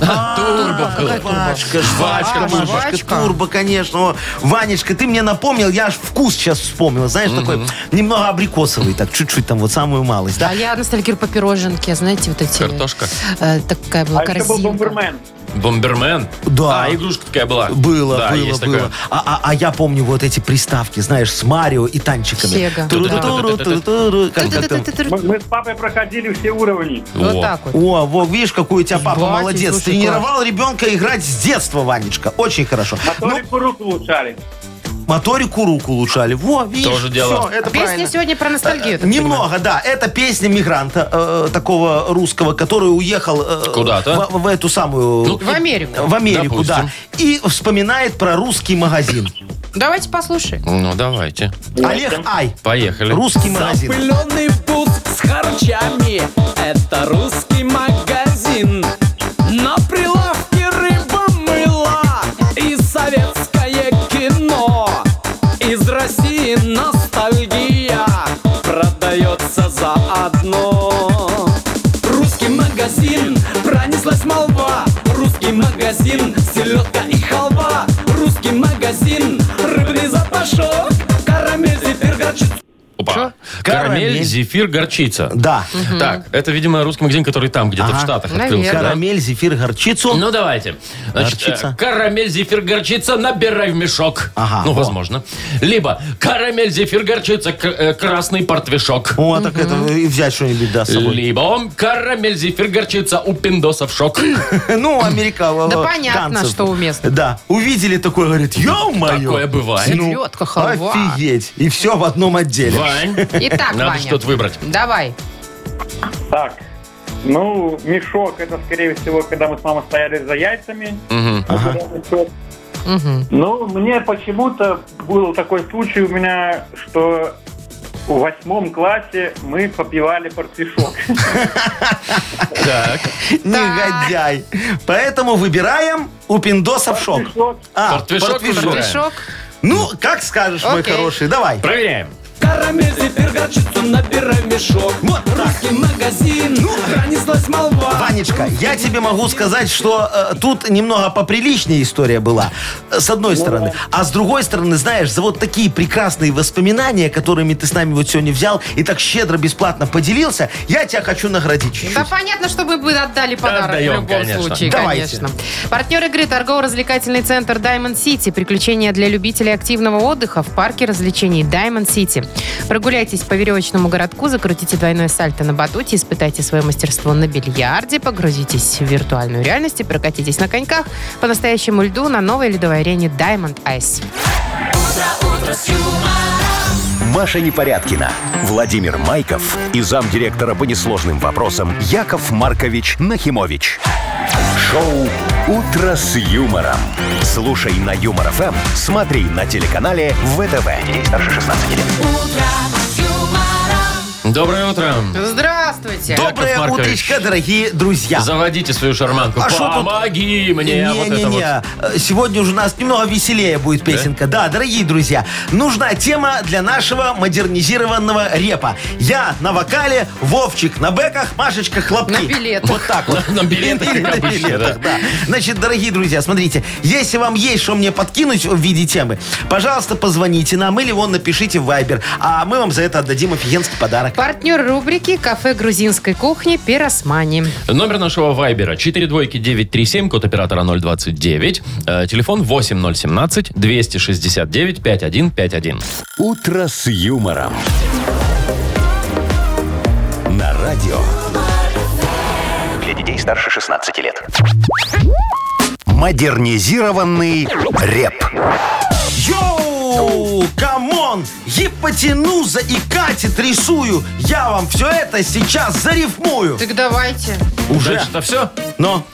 Турбо было.
Жвачка,
Жвачка,
жвачка,
жвачка.
Машечка, турбо, конечно. О, Ванечка, ты мне напомнил, я аж вкус сейчас вспомнил. Знаешь, такой немного абрикосовый, так чуть-чуть там вот самую малость, да?
А я ностальгирую по пироженке, знаете, вот эти...
Картошка.
э, такая была
А еще был
корзинка.
Бомбермен.
Бомбермен?
Да.
А, игрушка такая была.
Было,
да,
было,
есть
было.
такое.
А, а- а я помню вот эти приставки, знаешь, с Марио и танчиками.
Сега.
Туру-туру, туру-туру. Как- как там?
Ту-ту-ту-ту-ту.
Мы, мы с папой проходили все уровни.
О.
Вот так вот.
О, во, видишь, какой у тебя папа
Батя,
молодец.
слушай,
Тренировал ребенка играть с детства, Ванечка. Очень хорошо.
Ну.
Моторику руку улучшали.
Ну, моторику руку улучшали. Во, видишь,
Тоже дело.
всё, это
Песня
правильно.
сегодня про ностальгию. я так
Немного, да. Это песня мигранта э, такого русского, который уехал э,
Куда-то?
в, в эту самую
Ну,
понимаю. В Америку.
в Америку,
допустим.
да, и вспоминает про русский магазин.
Давайте послушаем.
Ну, давайте.
Олег Ай,
Поехали.
русский магазин.
Запыленный пуд с харчами Это русский магазин На прилавке рыба мыла И советское кино Из России ностальгия Продается заодно Русский магазин, пронеслась молва Русский магазин, селедка и халва Русский магазин, рыбный запашок Карамель, зефир, горчица
Опа.
Чё?
Карамель,
Карамель.
зефир, горчица.
Да.
Так, это, видимо, русский магазин, который там, где-то в
Ага.
Штатах
Наверное.
открылся. да?
Карамель, зефир, горчицу.
Ну, давайте. Значит,
Горчица.
э, карамель, зефир, горчица, набирай в мешок.
Ага,
ну,
во.
возможно. Либо карамель, зефир, горчица, к- э, красный портвешок.
О, так это и взять что-нибудь, да, с собой.
Либо карамель, зефир, горчица, у пиндосов шок.
[LAUGHS] Ну, американцев.
Да понятно, что уместно.
Да. Увидели такое, говорит, ё-моё.
Такое бывает.
Селедка, халва.
Офигеть. И все в одном отделе.
Вань,
Итак,
надо
Ваня.
что-то выбрать.
Давай.
Так. Ну, мешок, это, скорее всего, когда мы с мамой стояли за яйцами. А Это мешок. Ну, мне почему-то был такой случай у меня, что в восьмом классе мы попивали портвишок.
Так,
Негодяй. Поэтому выбираем у пиндосов шок.
Портвишок.
А,
Портвишок выбираем.
Мешок.
Ну, как скажешь, мой
Окей.
хороший, давай.
проверяем.
Карамель, зефир, горчицу, набирай в мешок.
Вот так.
Русский магазин, ну, пронеслась молва.
Ванечка, я тебе могу сказать, что э, тут немного поприличнее история была, э, с одной стороны. А с другой стороны, знаешь, за вот такие прекрасные воспоминания, которыми ты с нами вот сегодня взял и так щедро, бесплатно поделился, я тебя хочу наградить чуть-чуть.
Да понятно, что мы бы отдали подарок
Отдаем,
в любом
конечно.
случае,
Давайте.
конечно. Партнер игры торгово-развлекательный центр Diamond City. Приключения для любителей активного отдыха в парке развлечений Diamond City. Прогуляйтесь по веревочному городку, закрутите двойное сальто на батуте, испытайте свое мастерство на бильярде, погрузитесь в виртуальную реальность и прокатитесь на коньках по настоящему льду на новой ледовой арене Diamond Ice.
Маша Непорядкина, Владимир Майков и замдиректора по несложным вопросам Яков Маркович Нахимович. Шоу «Утро с юмором». Слушай на Юмор ФМ, смотри на телеканале ВТВ. Ей старше 16 лет.
Доброе утро.
Здравствуйте!
Яков
Доброе
Маркович.
утречко, дорогие друзья.
Заводите свою шарманку.
А шо тут-
Помоги мне. вот это вот.
Не-не-не, э, сегодня уже у нас немного веселее будет песенка. Да? дорогие друзья, нужна тема для нашего модернизированного репа. Я на вокале, Вовчик на бэках, Машечка хлопки.
На билетах.
Вот так
[LAUGHS]
вот.
На- на билетах,
Или
как
на
обычно,
билетах, да. Значит, дорогие друзья, смотрите, если вам есть что мне подкинуть в виде темы, пожалуйста, позвоните нам или вон напишите в Viber, а мы вам за это отдадим офигенский подарок.
Партнер рубрики «Кафе грузинской кухни» Пиросмани.
Номер нашего вайбера 42937, код оператора 029, э, телефон 8017-269-5151.
«Утро с юмором». На радио
Для детей старше 16 лет.
«Модернизированный реп».
Йоу, камон, гипотенуза и катит рисую. Я вам все это сейчас зарифмую.
Так давайте.
Уже?
Дальше-то все?
Но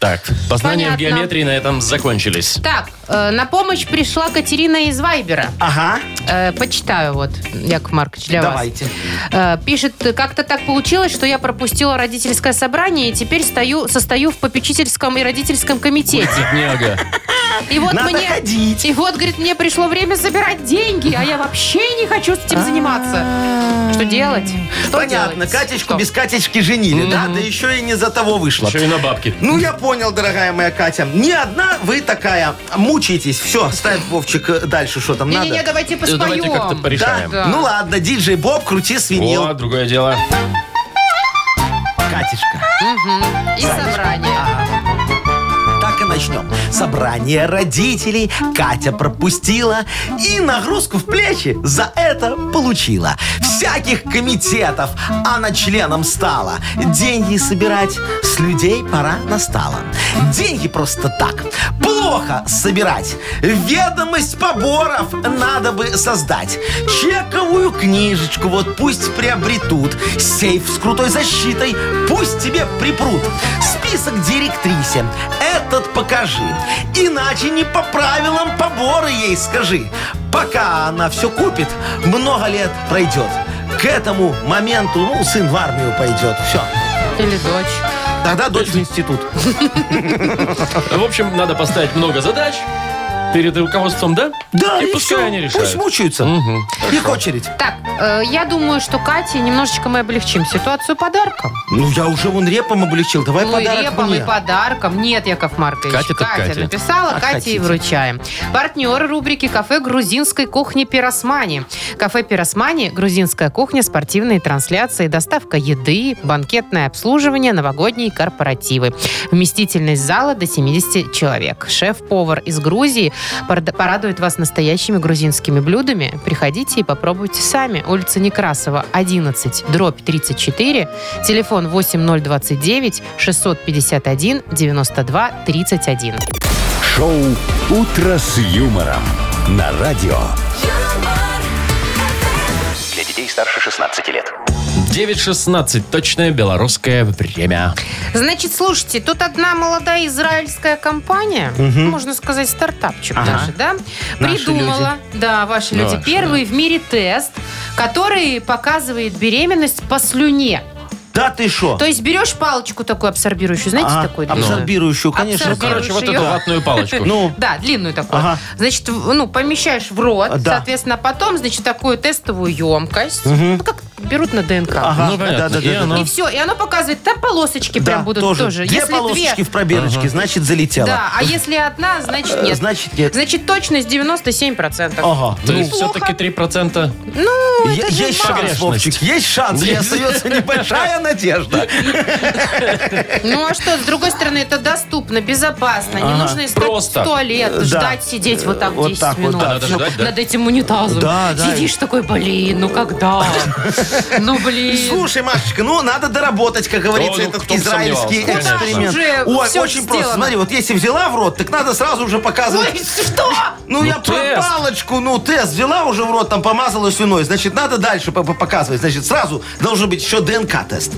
Так, познания
Понятно.
в геометрии на этом закончились.
Так, э, на помощь пришла Катерина из Вайбера.
Ага,
Э, почитаю вот, Яков Маркович, для
Давайте.
вас. Э, пишет, как-то так получилось, что я пропустила родительское собрание и теперь стою, состою в попечительском и родительском комитете.
Бедняга.
И вот
Надо
мне...
ходить.
И вот, говорит, мне пришло время забирать деньги, а я вообще не хочу с этим заниматься. Что делать? Что
понятно,
делать?
Катечку
Что?
без Катечки женили, да? Да еще и не за того вышло.
Еще и на бабки.
Ну, я понял, дорогая моя Катя. Не одна вы такая. Мучаетесь. Все, ставь, Вовчик, э, дальше, что там
Не-не-не,
надо.
давайте
Э,
поспоем.
Давайте как-то
Да?
порешаем.
Да.
Ну ладно, диджей Боб, крути свинил.
О, другое дело.
Катечка.
И собрание.
Так и начнем. Собрание родителей Катя пропустила и нагрузку в плечи за это получила. Всяких комитетов она членом стала. Деньги собирать с людей пора настала. Деньги просто так плохо собирать. Ведомость поборов надо бы создать. Чековую книжечку вот пусть приобретут. Сейф с крутой защитой пусть тебе припрут. Список директрисе этот покажи. Иначе не по правилам поборы ей скажи. Пока она все купит, много лет пройдет. К этому моменту, ну, сын в армию пойдет. Все.
Или дочь.
Тогда дочь в институт.
В общем, надо поставить много задач. перед руководством, да?
Да,
и,
и
пускай
всё.
они
Пусть
решают.
мучаются. Их очередь.
Так, э, я думаю, что Кате немножечко мы облегчим ситуацию подарком.
Ну, я уже вон репом облегчил. Давай
ну и
подарок
репом,
мне.
и подарком. Нет, Яков Маркович.
Катя так Катя.
написала,
Как
Кате
хотите.
и вручаем. Партнер рубрики «Кафе грузинской кухни Пиросмани». Кафе Пиросмани – грузинская кухня, спортивные трансляции, доставка еды, банкетное обслуживание, новогодние корпоративы. Вместительность зала до 70 человек. Шеф-повар из Грузии парад- порадует вас настоящими грузинскими блюдами. Приходите и попробуйте сами. Улица Некрасова, 11, дробь 34, телефон 8029 651 92 31.
Шоу «Утро с юмором» на радио.
юмор,
Для детей старше 16 лет.
9.16. Точное белорусское время.
Значит, слушайте, тут одна молодая израильская компания, можно сказать, стартапчик даже, да,
Наши
придумала, да, ваши люди,
Наши,
первый в мире тест, который показывает беременность по слюне.
Да ты шо?
То есть берешь палочку такую абсорбирующую, знаете,
А,
такую длинную?
Абсорбирующую, конечно.
Ну, короче, вот
Шьё.
эту ватную палочку.
Ну,
Да, длинную такую.
Ага.
Значит, в- ну, помещаешь в рот,
Да.
соответственно, потом, значит, такую тестовую емкость, ну, как берут на ДНК.
ага,
Ну, понятно.
да, да,
И
да, да.
оно-
И все, и оно показывает, там полосочки
Да,
прям будут тоже.
Две
Если
полосочки в пробирочке, значит, залетело.
Да, а если одна, значит нет.
Значит, нет.
Значит, точность 97%.
Ага.
То
ну,
есть все-таки 3%.
Ну,
е-
это же
есть
мало.
шанс, Вовчик, есть шанс. И остается небольшая надежда.
Ну, а что, с другой стороны, это доступно, безопасно. Не нужно искать
Просто.
в туалет,
Да. Э,
ждать, сидеть вот так
Вот
10
так вот,
минут. Ну,
да,
надо ждать, да.
Над этим унитазом.
Да, да.
Сидишь такой, блин, ну
[LAUGHS]
когда? Ну, блин.
Слушай, Машечка, ну надо доработать, как говорится,
ну,
этот
кто бы
израильский
сомневался, конечно.
эксперимент.
Ну, Уже
Ой,
всё
очень просто.
сделано.
Смотри, вот если взяла в рот, так надо сразу уже показывать.
Ой, что?
Ну,
Ну,
я про
тест.
палочку, ну, тест взяла уже в рот, там помазала слюной. Значит, надо дальше по- по- показывать. Значит, сразу должен быть еще ДНК-тест.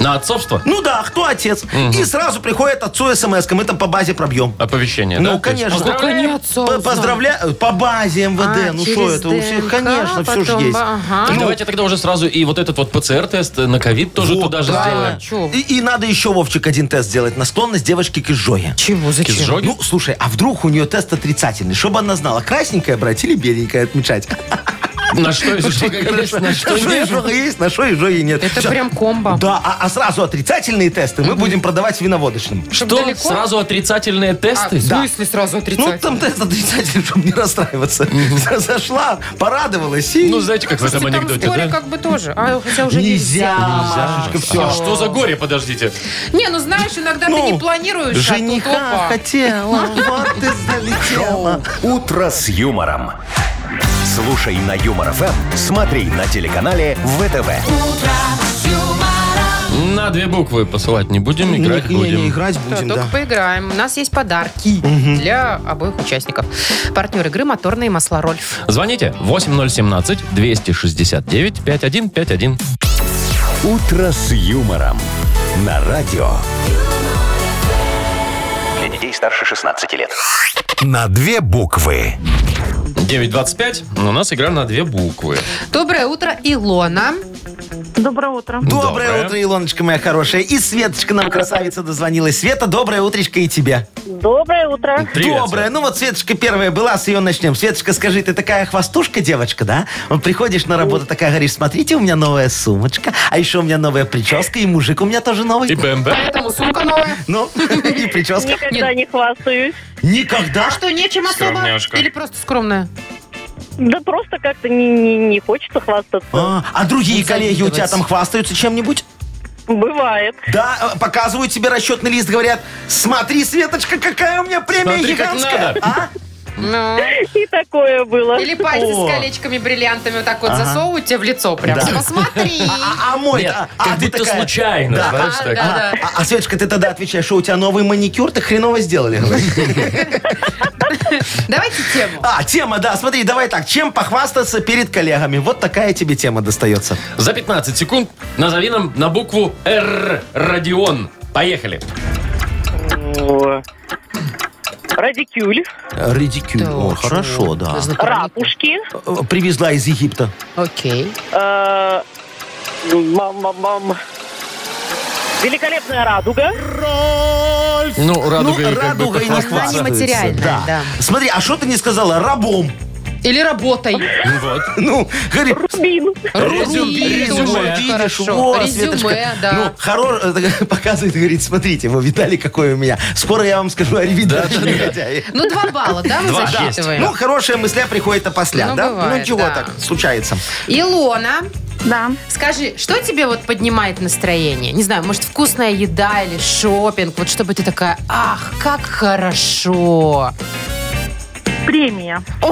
На отцовство?
Ну да, кто отец? И сразу приходит отцу смс -ка, мы там по базе пробьем.
Оповещение,
Ну,
да? То есть а
конечно.
поздравляем.
П- э, Поздравляю, по базе МВД,
А,
ну
через
что это, у всех,
ДНК,
конечно, все
потом а.
же есть.
ба- ага.
И
Ну,
давайте тогда уже сразу и вот этот вот ПЦР-тест на ковид тоже
вот,
туда же
да.
сделаем.
Чё?
И, и надо еще, Вовчик, один тест сделать на склонность девочки к изжоге.
Чего, зачем?
Изжоги?
Ну, слушай, а вдруг у нее тест отрицательный? Чтобы она знала, красненькое брать или
[LAUGHS]
беленькое отмечать.
На что из
Ну, Что, как говорится,
на что
на
нет?
шо
Ну,
изжога есть, на что изжоги нет.
Это
Всё.
прям комбо.
Да, а, а сразу отрицательные тесты мы будем продавать виноводочным.
Что?
далеко?
Сразу отрицательные тесты?
В смысле сразу
Ну,
отрицать?
там тест отрицательный, [LAUGHS] чтобы не расстраиваться. [LAUGHS] Зашла, порадовалась и...
Ну, знаете, как в этом
Слушайте,
анекдоте,
там вскоре
да?
как бы тоже. А, хотя уже
Нельзя,
нельзя.
Машечка,
А
все.
что за горе, подождите?
Не, ну знаешь, иногда ты не планируешь, а тут
жениха
опа. [LAUGHS]
хотела, вот ты залетела.
«Утро с юмором». Слушай на Юмор ФМ, смотри на телеканале ВТВ.
На две буквы посылать не будем, играть
не, не, не,
будем.
играть
Да,
будем,
только
да.
А поиграем. У нас есть подарки для обоих участников. Партнер игры «Моторные масла Рольф».
Звоните 8017-269-5151.
«Утро с юмором» на радио.
Для детей старше 16 лет.
На две буквы.
9.25. У нас игра на две буквы.
Доброе утро, Илона.
Доброе утро.
Доброе,
Доброе.
утро, Илоночка моя хорошая. И Светочка нам красавица дозвонилась. Света, доброе утречко и тебе.
Доброе утро.
Привет,
доброе.
Свет.
Ну вот Светочка первая была, с ее начнем. Светочка, скажи, ты такая хвостушка девочка, да? Вот приходишь на работу, такая говоришь, смотрите, у меня новая сумочка, а еще у меня новая прическа, и мужик у меня тоже новый.
И БМВ.
Поэтому сумка новая.
Ну, [LAUGHS] и прическа.
Никогда не хвастаюсь.
Никогда.
Что, нечем особо?
Скромняшка.
Или просто скромная?
Да просто как-то не, не, не хочется хвастаться.
А, а другие
Не
коллеги у тебя
завидовать.
там хвастаются чем-нибудь?
Бывает.
Да, э, показывают тебе расчетный лист, говорят, смотри, Светочка, какая у меня премия
Смотри, как
гигантская.
надо.
А?
Ну.
И такое было.
Или пальцы
О.
с колечками, бриллиантами вот так вот засовывают тебе в лицо прям. Посмотри.
А, а мой,
Нет,
а, а
как
ты
будто
такая,
случайно.
Да.
знаешь,
А,
так.
да.
А, а, а, Светочка, ты тогда отвечаешь, что у тебя новый маникюр, ты хреново сделали.
[LAUGHS]
Давайте тему.
А, тема, да, смотри, давай так, чем похвастаться перед коллегами? Вот такая тебе тема достается.
За 15 секунд назови нам на букву Р. Родион. Поехали.
э,
О. Радикюль,
Редикюль.
Да,
О,
чего?
хорошо, да.
Знакомый.
ракушки,
Э, Привезла из Египта.
Окей.
э,
ну,
мам-мам-мам. Великолепная радуга.
Рудольф.
Ну, радугой как бы
не
похвастаться.
хвастается.
Она нематериальная, да.
Смотри, а что ты не сказала? Рабом. [LAUGHS]
Или работай.
Ну Вот.
Ну, говори,
Рубин.
Резюме,
Резюме,
резюме,
тоже
видишь,
хорошо.
вот,
Резюме,
Светочка. Ну,
да.
хоро... э, [LAUGHS] показывает, говорит, смотрите, вы видали, какое у меня. Скоро я вам скажу, аревидерчи, негодяи.
Ну, два балла, да, мы
Два.
Ну,
засчитываем?
хорошая мысля приходит опосля,
Ну,
да?
бывает,
ну, ничего
да.
так, случается.
Илона,
Да.
скажи, что тебе вот поднимает настроение? Не знаю, может, вкусная еда или шопинг? Вот чтобы ты такая, ах, как хорошо.
Премия.
А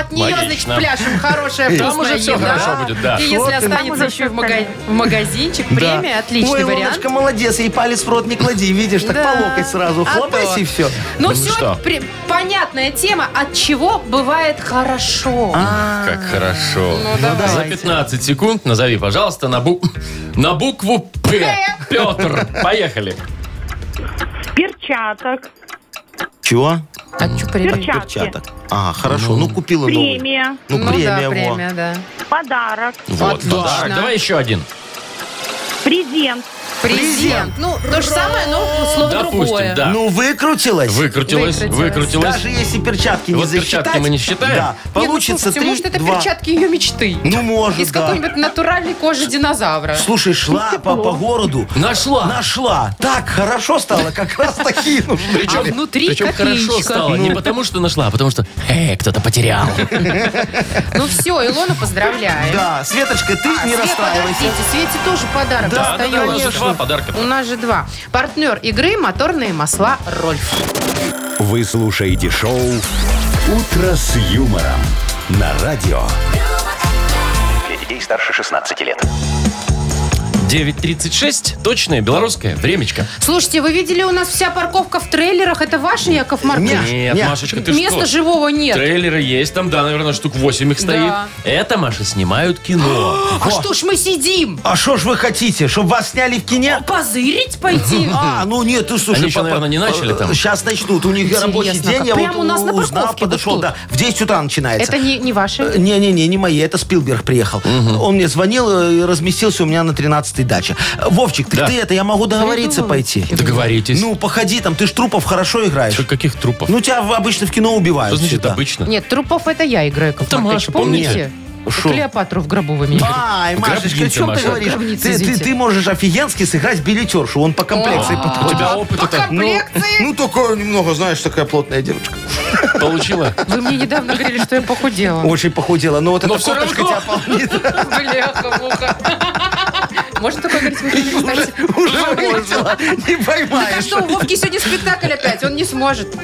от нее, значит,
Логично.
пляшем хорошая
Там
вкусная
уже всё
еда.
хорошо будет, да.
И если останется
уже
еще и в,
всё
мага- в магазинчик, премия, отличный
Ой,
вариант.
Илоночка, молодец, и палец в рот не клади, видишь, так
Да.
по локоть сразу
А
хлопайся
то.
и все.
Ну,
Ну
все,
что?
при- понятная тема, от чего бывает хорошо.
А.
Как хорошо. Ну, За
давайте.
15 секунд назови, пожалуйста, на, бу- [LAUGHS] на букву П. Петр, поехали.
Перчаток.
Чего?
А чё премия?
Перчатки.
Чаток. А, хорошо, ну, купила новый.
Премия.
Ну,
Ну
премия,
да,
во.
премия, да.
Подарок.
Вот,
Отлично.
подарок. Давай еще один.
Презент.
Презент. Ну, то же самое, но слово
Допустим,
другое.
да.
Ну, выкрутилась.
Выкрутилась, выкрутилась.
Даже если перчатки не
Вот перчатки
засчитать.
мы не считаем?
Да,
Не, ну,
получится
слушайте,
три,
может, это
два.
перчатки ее мечты.
Ну, может,
Из
да.
какой-нибудь натуральной кожи динозавра. А
Слушай, шла по, по городу.
Нашла.
Нашла. Так хорошо стало, как раз
[LAUGHS]
такие
Ну,
нужны.
А внутри
Причем хорошо
копеечка.
стало. Не потому, что нашла, а потому, что э, кто-то потерял.
Ну все, Илона поздравляем.
Да, Светочка, ты не
Свет,
расстраивайся.
подождите, Свете тоже подарок
Да, А, ну да, да, у нас же
остается.
два подарка.
У нас же два. Партнер игры «Моторные масла Рольф».
Вы слушаете шоу «Утро с юмором» на радио.
Для детей старше 16 лет.
9.36, точное белорусское времечко.
Слушайте, вы видели, у нас вся парковка в трейлерах. Это ваша, Яков
Нет,
Маркович?
Нет,
нет.
Машечка, ты
Места
что?
живого нет.
Трейлеры есть, там, да, наверное, штук 8 их стоит.
Да.
Это, Маша, снимают
[GASPS]
кино.
А что ж мы сидим?
А что ж вы хотите, чтобы вас сняли в кино?
Позырить пойти?
[LAUGHS]
А, ну нет, ты слушай,
Они еще, наверное, не начали там?
Сейчас начнут, у них
Интересно,
рабочий день, я
как прямо
вот
у нас на
узнал,
парковке вот
подошел,
тут.
да, в 10 утра начинается.
Это не, не
Э,
ваши?
Не-не-не, не мои, это Спилберг приехал. Он мне звонил э, и разместился у меня на 13-й даче. Э, Вовчик, так
Да.
ты это, я могу договориться
Придумайте.
пойти?
Договоритесь.
Ну, походи там, ты ж трупов хорошо играешь.
Что, каких трупов?
Ну, тебя в- обычно в кино убивают.
Что значит
всегда.
обычно?
Нет, трупов это я играю, Яков
Это
Маркович.
Маша,
Помните?
Шо?
Клеопатру в гробу вы меня.
Ай, Машечка, о
Гробница,
чем ты
Маша.
говоришь?
Гробница,
Ты, ты,
извините.
ты можешь офигенски сыграть билетершу. Он по комплекции
А.
У
подходит.
тебя опыта так
Ну, такое немного, знаешь, такая плотная девочка.
получила?
Вы мне недавно говорили, что я похудела.
Очень похудела. Но вот
Но
эта
всё
кофточка
равно.
тебя полнит.
[LAUGHS]
Бляха-муха. Можно такое говорить? Вы не знаете?
Уже можно. Не
Так
поймаешь.
что, у Вовки сегодня спектакль опять, он не сможет.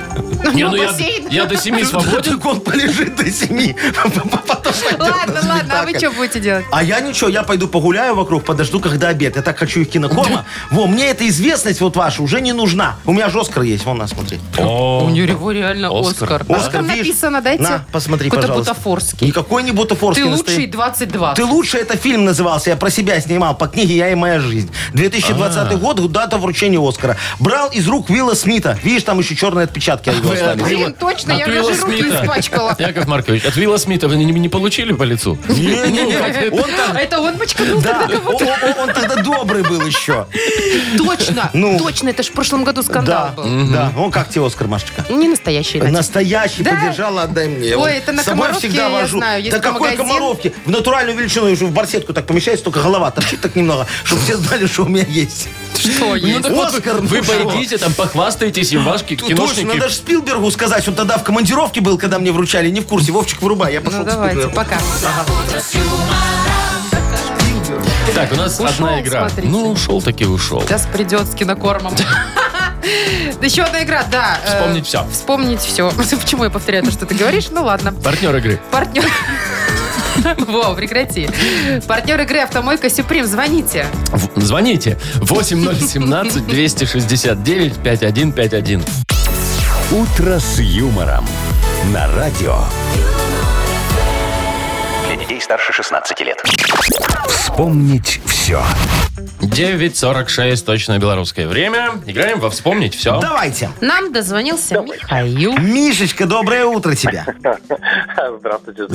Не,
[LAUGHS] Ну,
ну я,
бассейн.
я до 7 свободен.
Так он полежит до семи. [LAUGHS] Потом пойдет
Ладно,
на
ладно, а вы
спектакль.
что будете делать?
А я ничего, я пойду погуляю вокруг, подожду, когда обед. Я так хочу их кинокорма. Во, мне эта известность вот ваша уже не нужна. У меня же Оскар есть, вон на, смотри.
О,
него реально
Оскар.
А что там
видишь?
написано, дайте?
На, посмотри,
Какой-то
пожалуйста.
бутафорский.
Никакой не бутафорский.
Ты
настоящий.
лучший 22.
Ты лучше, это фильм назывался, я про себя снимал, по книге «Я и моя жизнь». 2020
А.
год, дата вручения Оскара. Брал из рук Уилла Смита. Видишь, там еще черные отпечатки от него
Блин,
остались.
Блин, точно,
от
я
Уилла
даже руки
Смита.
испачкала.
Яков Маркович, от Вилла Смита вы не, не получили по лицу? Ну,
Не-не-не, Э, ну, он там...
А Это он почканул
Да,
тогда кого-то.
о- о- он тогда добрый был еще.
Точно,
[LAUGHS] Ну.
точно, это ж в прошлом году скандал
Да,
был. Ну,
да. Он как тебе, Оскар, Машечка?
Не настоящий, Надя.
Настоящий
Да.
подержала, отдай мне.
Ой,
Вот
это на
с собой
Комаровке,
всегда
я
вожу.
знаю, есть
да какой
магазин.
комаровки? В натуральную величину я уже в барсетку так помещается, только голова торчит так немного, чтобы все знали, что у меня есть.
Что
Ну, так вот вы-
Оскар, ну
вы
что?
пойдите, там похвастаетесь, им ваши
Точно,
киношники
надо же Спилбергу сказать. Он тогда в командировке был, когда мне вручали. Не в курсе. Вовчик, вырубай. Я пошел
Ну
к
давайте,
Спилбергу.
пока.
Так, у нас
Ушел,
одна игра.
смотрите.
Ну, ушел таки ушел.
Сейчас придет с
[LAUGHS]
кинокормом. Да Еще одна игра, да. э,
Вспомнить всё.
Вспомнить все. [LAUGHS] Почему я повторяю то, что ты говоришь? Ну ладно.
Партнер игры.
Партнер... [LAUGHS] Во, прекрати. Партнер игры «Автомойка Сюприм». Звоните.
В- Звоните 8017-269-5151.
«Утро с юмором» на радио.
Для детей старше 16 лет.
Вспомнить все.
9.46, точное белорусское время. Играем во «Вспомнить все».
Давайте.
Нам дозвонился Михаил.
Мишечка, доброе
[LAUGHS]
утро тебе.
[LAUGHS] Здравствуйте.
А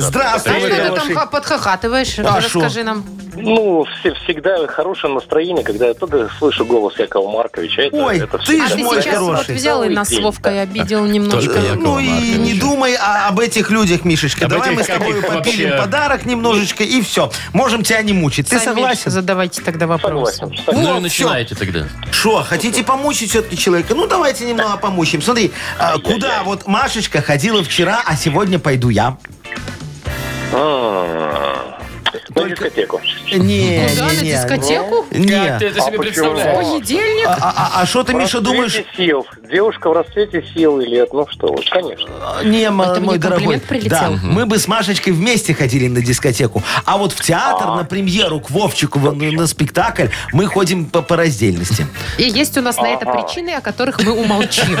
что
Здравствуй, мой
ты там
хороший.
ха- подхахатываешь?
А
Расскажи
шо?
нам.
Ну, все- всегда хорошее настроение, когда я только слышу голос Якова Марковича. Это,
Ой,
это
ты
всегда
А ты
ж мой
сейчас вот
хороший.
взял и нас с
Добрый день,
Вовкой обидел немножко.
Только Якова
Ну и не
Марковича.
думай а, об этих людях, Мишечка.
Об
Давай
этих
мы с тобой
каких
попилим
вообще?
подарок немножечко и все. Можем тебя не мучить. Ты
Сами
согласен?
Задавайте тогда вопрос.
согласен.
Ну и
всё.
начинайте тогда.
Что, хотите помучить все-таки человека? Ну, давайте немного помучим. Смотри, а, куда вот Машечка ходила вчера, а сегодня пойду я?
М. На
Только-
дискотеку.
Не, не,
Да, на
не.
дискотеку?
Как ты
Не.
это себе
А почему?
представляешь?
Понедельник?
А- А а что ты,
В
Миша,
расцвете
думаешь?
сил. Девушка в расцвете сил и лет. Ну что, вот, конечно.
э, Не, м-
Это мне
мой дорогой.
комплимент прилетел.
Да,
Мгм.
мы бы с Машечкой вместе ходили на дискотеку. А вот в театр на премьеру к Вовчику в- на, на спектакль мы ходим по, по раздельности.
И есть у нас на это причины, о которых мы умолчим.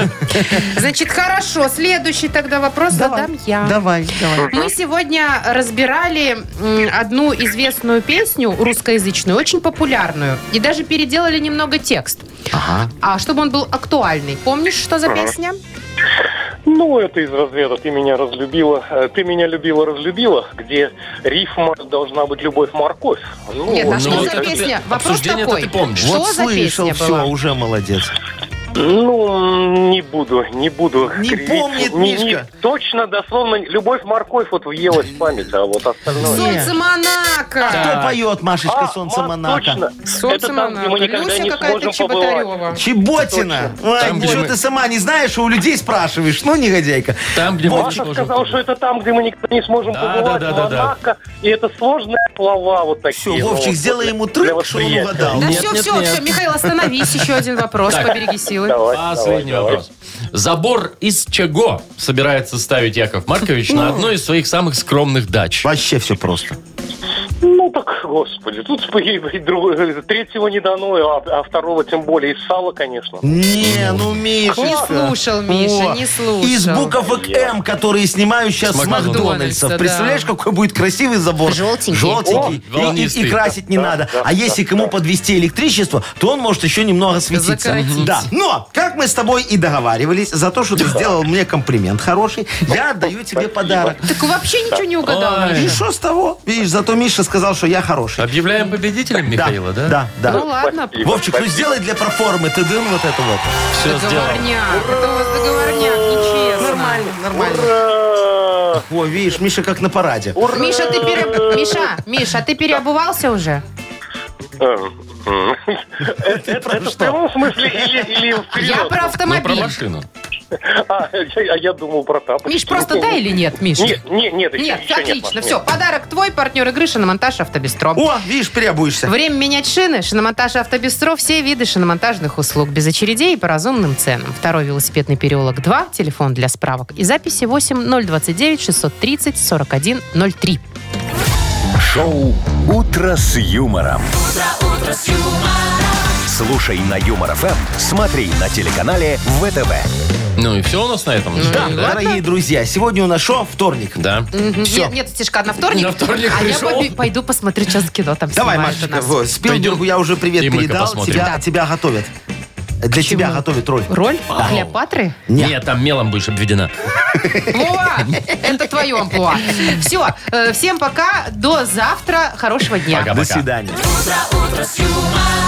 Значит, хорошо. Следующий тогда вопрос задам я.
[LAUGHS] Давай, давай.
Мы сегодня разбирали м, одну известную песню русскоязычную, очень популярную, и даже переделали немного текст. А чтобы он был актуальный. Помнишь, что за песня?
Ну, это из разряда «Ты меня разлюбила, э, ты меня любила, разлюбила», где рифма должна быть «любовь-морковь». Ну,
Нет, а
ну
что
вот
за
это ты-
песня? Вопрос
обсуждение-то
такой.
ты помнишь.
Что
вот
за
слышал,
песня
все,
была?
уже молодец.
Ну, не буду, не буду.
Не
кривить.
помнит
Не- не-
Мишка.
точно, дословно, любовь-морковь вот въелась в память, а вот остальное...
Солнце Монако!
Кто поет, Машечка,
А,
солнце
а,
Монако?
точно.
Солнце
Это там, где мы
Монако.
никогда
Люся
не
какая-то
сможем побывать.
Чеботарева.
Чеботина. Ой,
Там, где
ничего
мы-
ты сама не знаешь, а у людей спрашиваешь. Ну, негодяйка.
Там, где
Вот,
мальчик
Маша
должен
сказал, что это там, где мы никогда не сможем
Да,
побывать.
да, да, да, да.
Монако. И это сложные слова вот такие.
Все,
ну,
Вовчик,
вот
сделай
для-
ему
для
трюк, что он
восприятия.
угадал.
Да
Нет,
все,
нет,
все,
нет.
все, Михаил, остановись. Еще один вопрос. Побереги силы.
Давай, давай,
Последний
давай.
А, вопрос. Забор из чего собирается ставить Яков Маркович на
Ну.
одной из своих самых скромных дач?
Вообще все просто.
Ну так, господи, тут [LAUGHS] и- и друг- третьего не дано, а, а второго тем более. Из сала, конечно.
Не, ну Мишечка.
Не слушал, Миша, не слушал.
Из буков М, которые снимаю сейчас
С
с
Макдональдса,
Макдональдса.
да.
Представляешь, какой будет красивый забор?
Желтенький.
Желтенький.
О,
И- и- и,
волнистый.
красить не
Да,
надо.
да,
а если
да,
кому
да.
подвести электричество, то он может еще немного светиться.
Закоротить.
Да. Но, как мы с тобой и договаривались, за то, что ты сделал мне комплимент хороший, я отдаю тебе подарок.
Так вообще ничего не угадал.
Ой.
И что с того? Видишь, зато Миша сказал, что я хороший.
Объявляем победителем Михаила, да?
Да, да.
Ну ладно,
Спасибо.
Вовчик, ну сделай для проформы ты дым вот это вот.
Все сделал.
договорняк. Это у вас договорняк, нечестно. Нормально.
Нормально.
Ура!
О, видишь, Миша как на параде.
Ура!
Миша, ты пере... Миша, Миша, а ты переобувался уже?
Эм, м.
Ты про
Это в
что?
прямом смысле или, или вперед?
Я про
Ну, про
автомобиль.
машину.
А, я, а я думал про тапочки.
Миш, просто да или нет, Миш?
Нет, нет, нет, еще,
Нет,
еще
отлично.
нет.
Все, подарок твой, партнер игры «Шиномонтаж Автобестро».
О, видишь, переобуешься.
Время менять шины. Шиномонтаж Автобестро. Все виды шиномонтажных услуг. Без очередей и по разумным ценам. Второй велосипедный переулок 2. Телефон для справок. И записи 8 029 630 41 03.
Шоу «Утро с юмором». Слушай на Юмор ФМ, смотри на телеканале ВТВ.
Ну и все у нас на этом.
Да,
да?
дорогие друзья, сегодня у нас шо? Вторник.
Да.
Всё.
Нет, нет, Стишка, на вторник.
На вторник
А я
пришел.
побе- пойду посмотрю сейчас кино там
Давай,
снимают у
Машечка,
нас.
вот, Спилбергу
Пойдем.
я уже привет
И мы-ка
передал.
посмотрим.
Тебя,
Да.
тебя готовят. Для тебя готовят роль.
Роль
Вау.
Клеопатры?
Нет.
Нет, там мелом будешь обведена.
Вова, [LAUGHS] это твое амплуа. э, Все, всем пока, до завтра, хорошего дня.
Пока.
До свидания.
утро с юмором.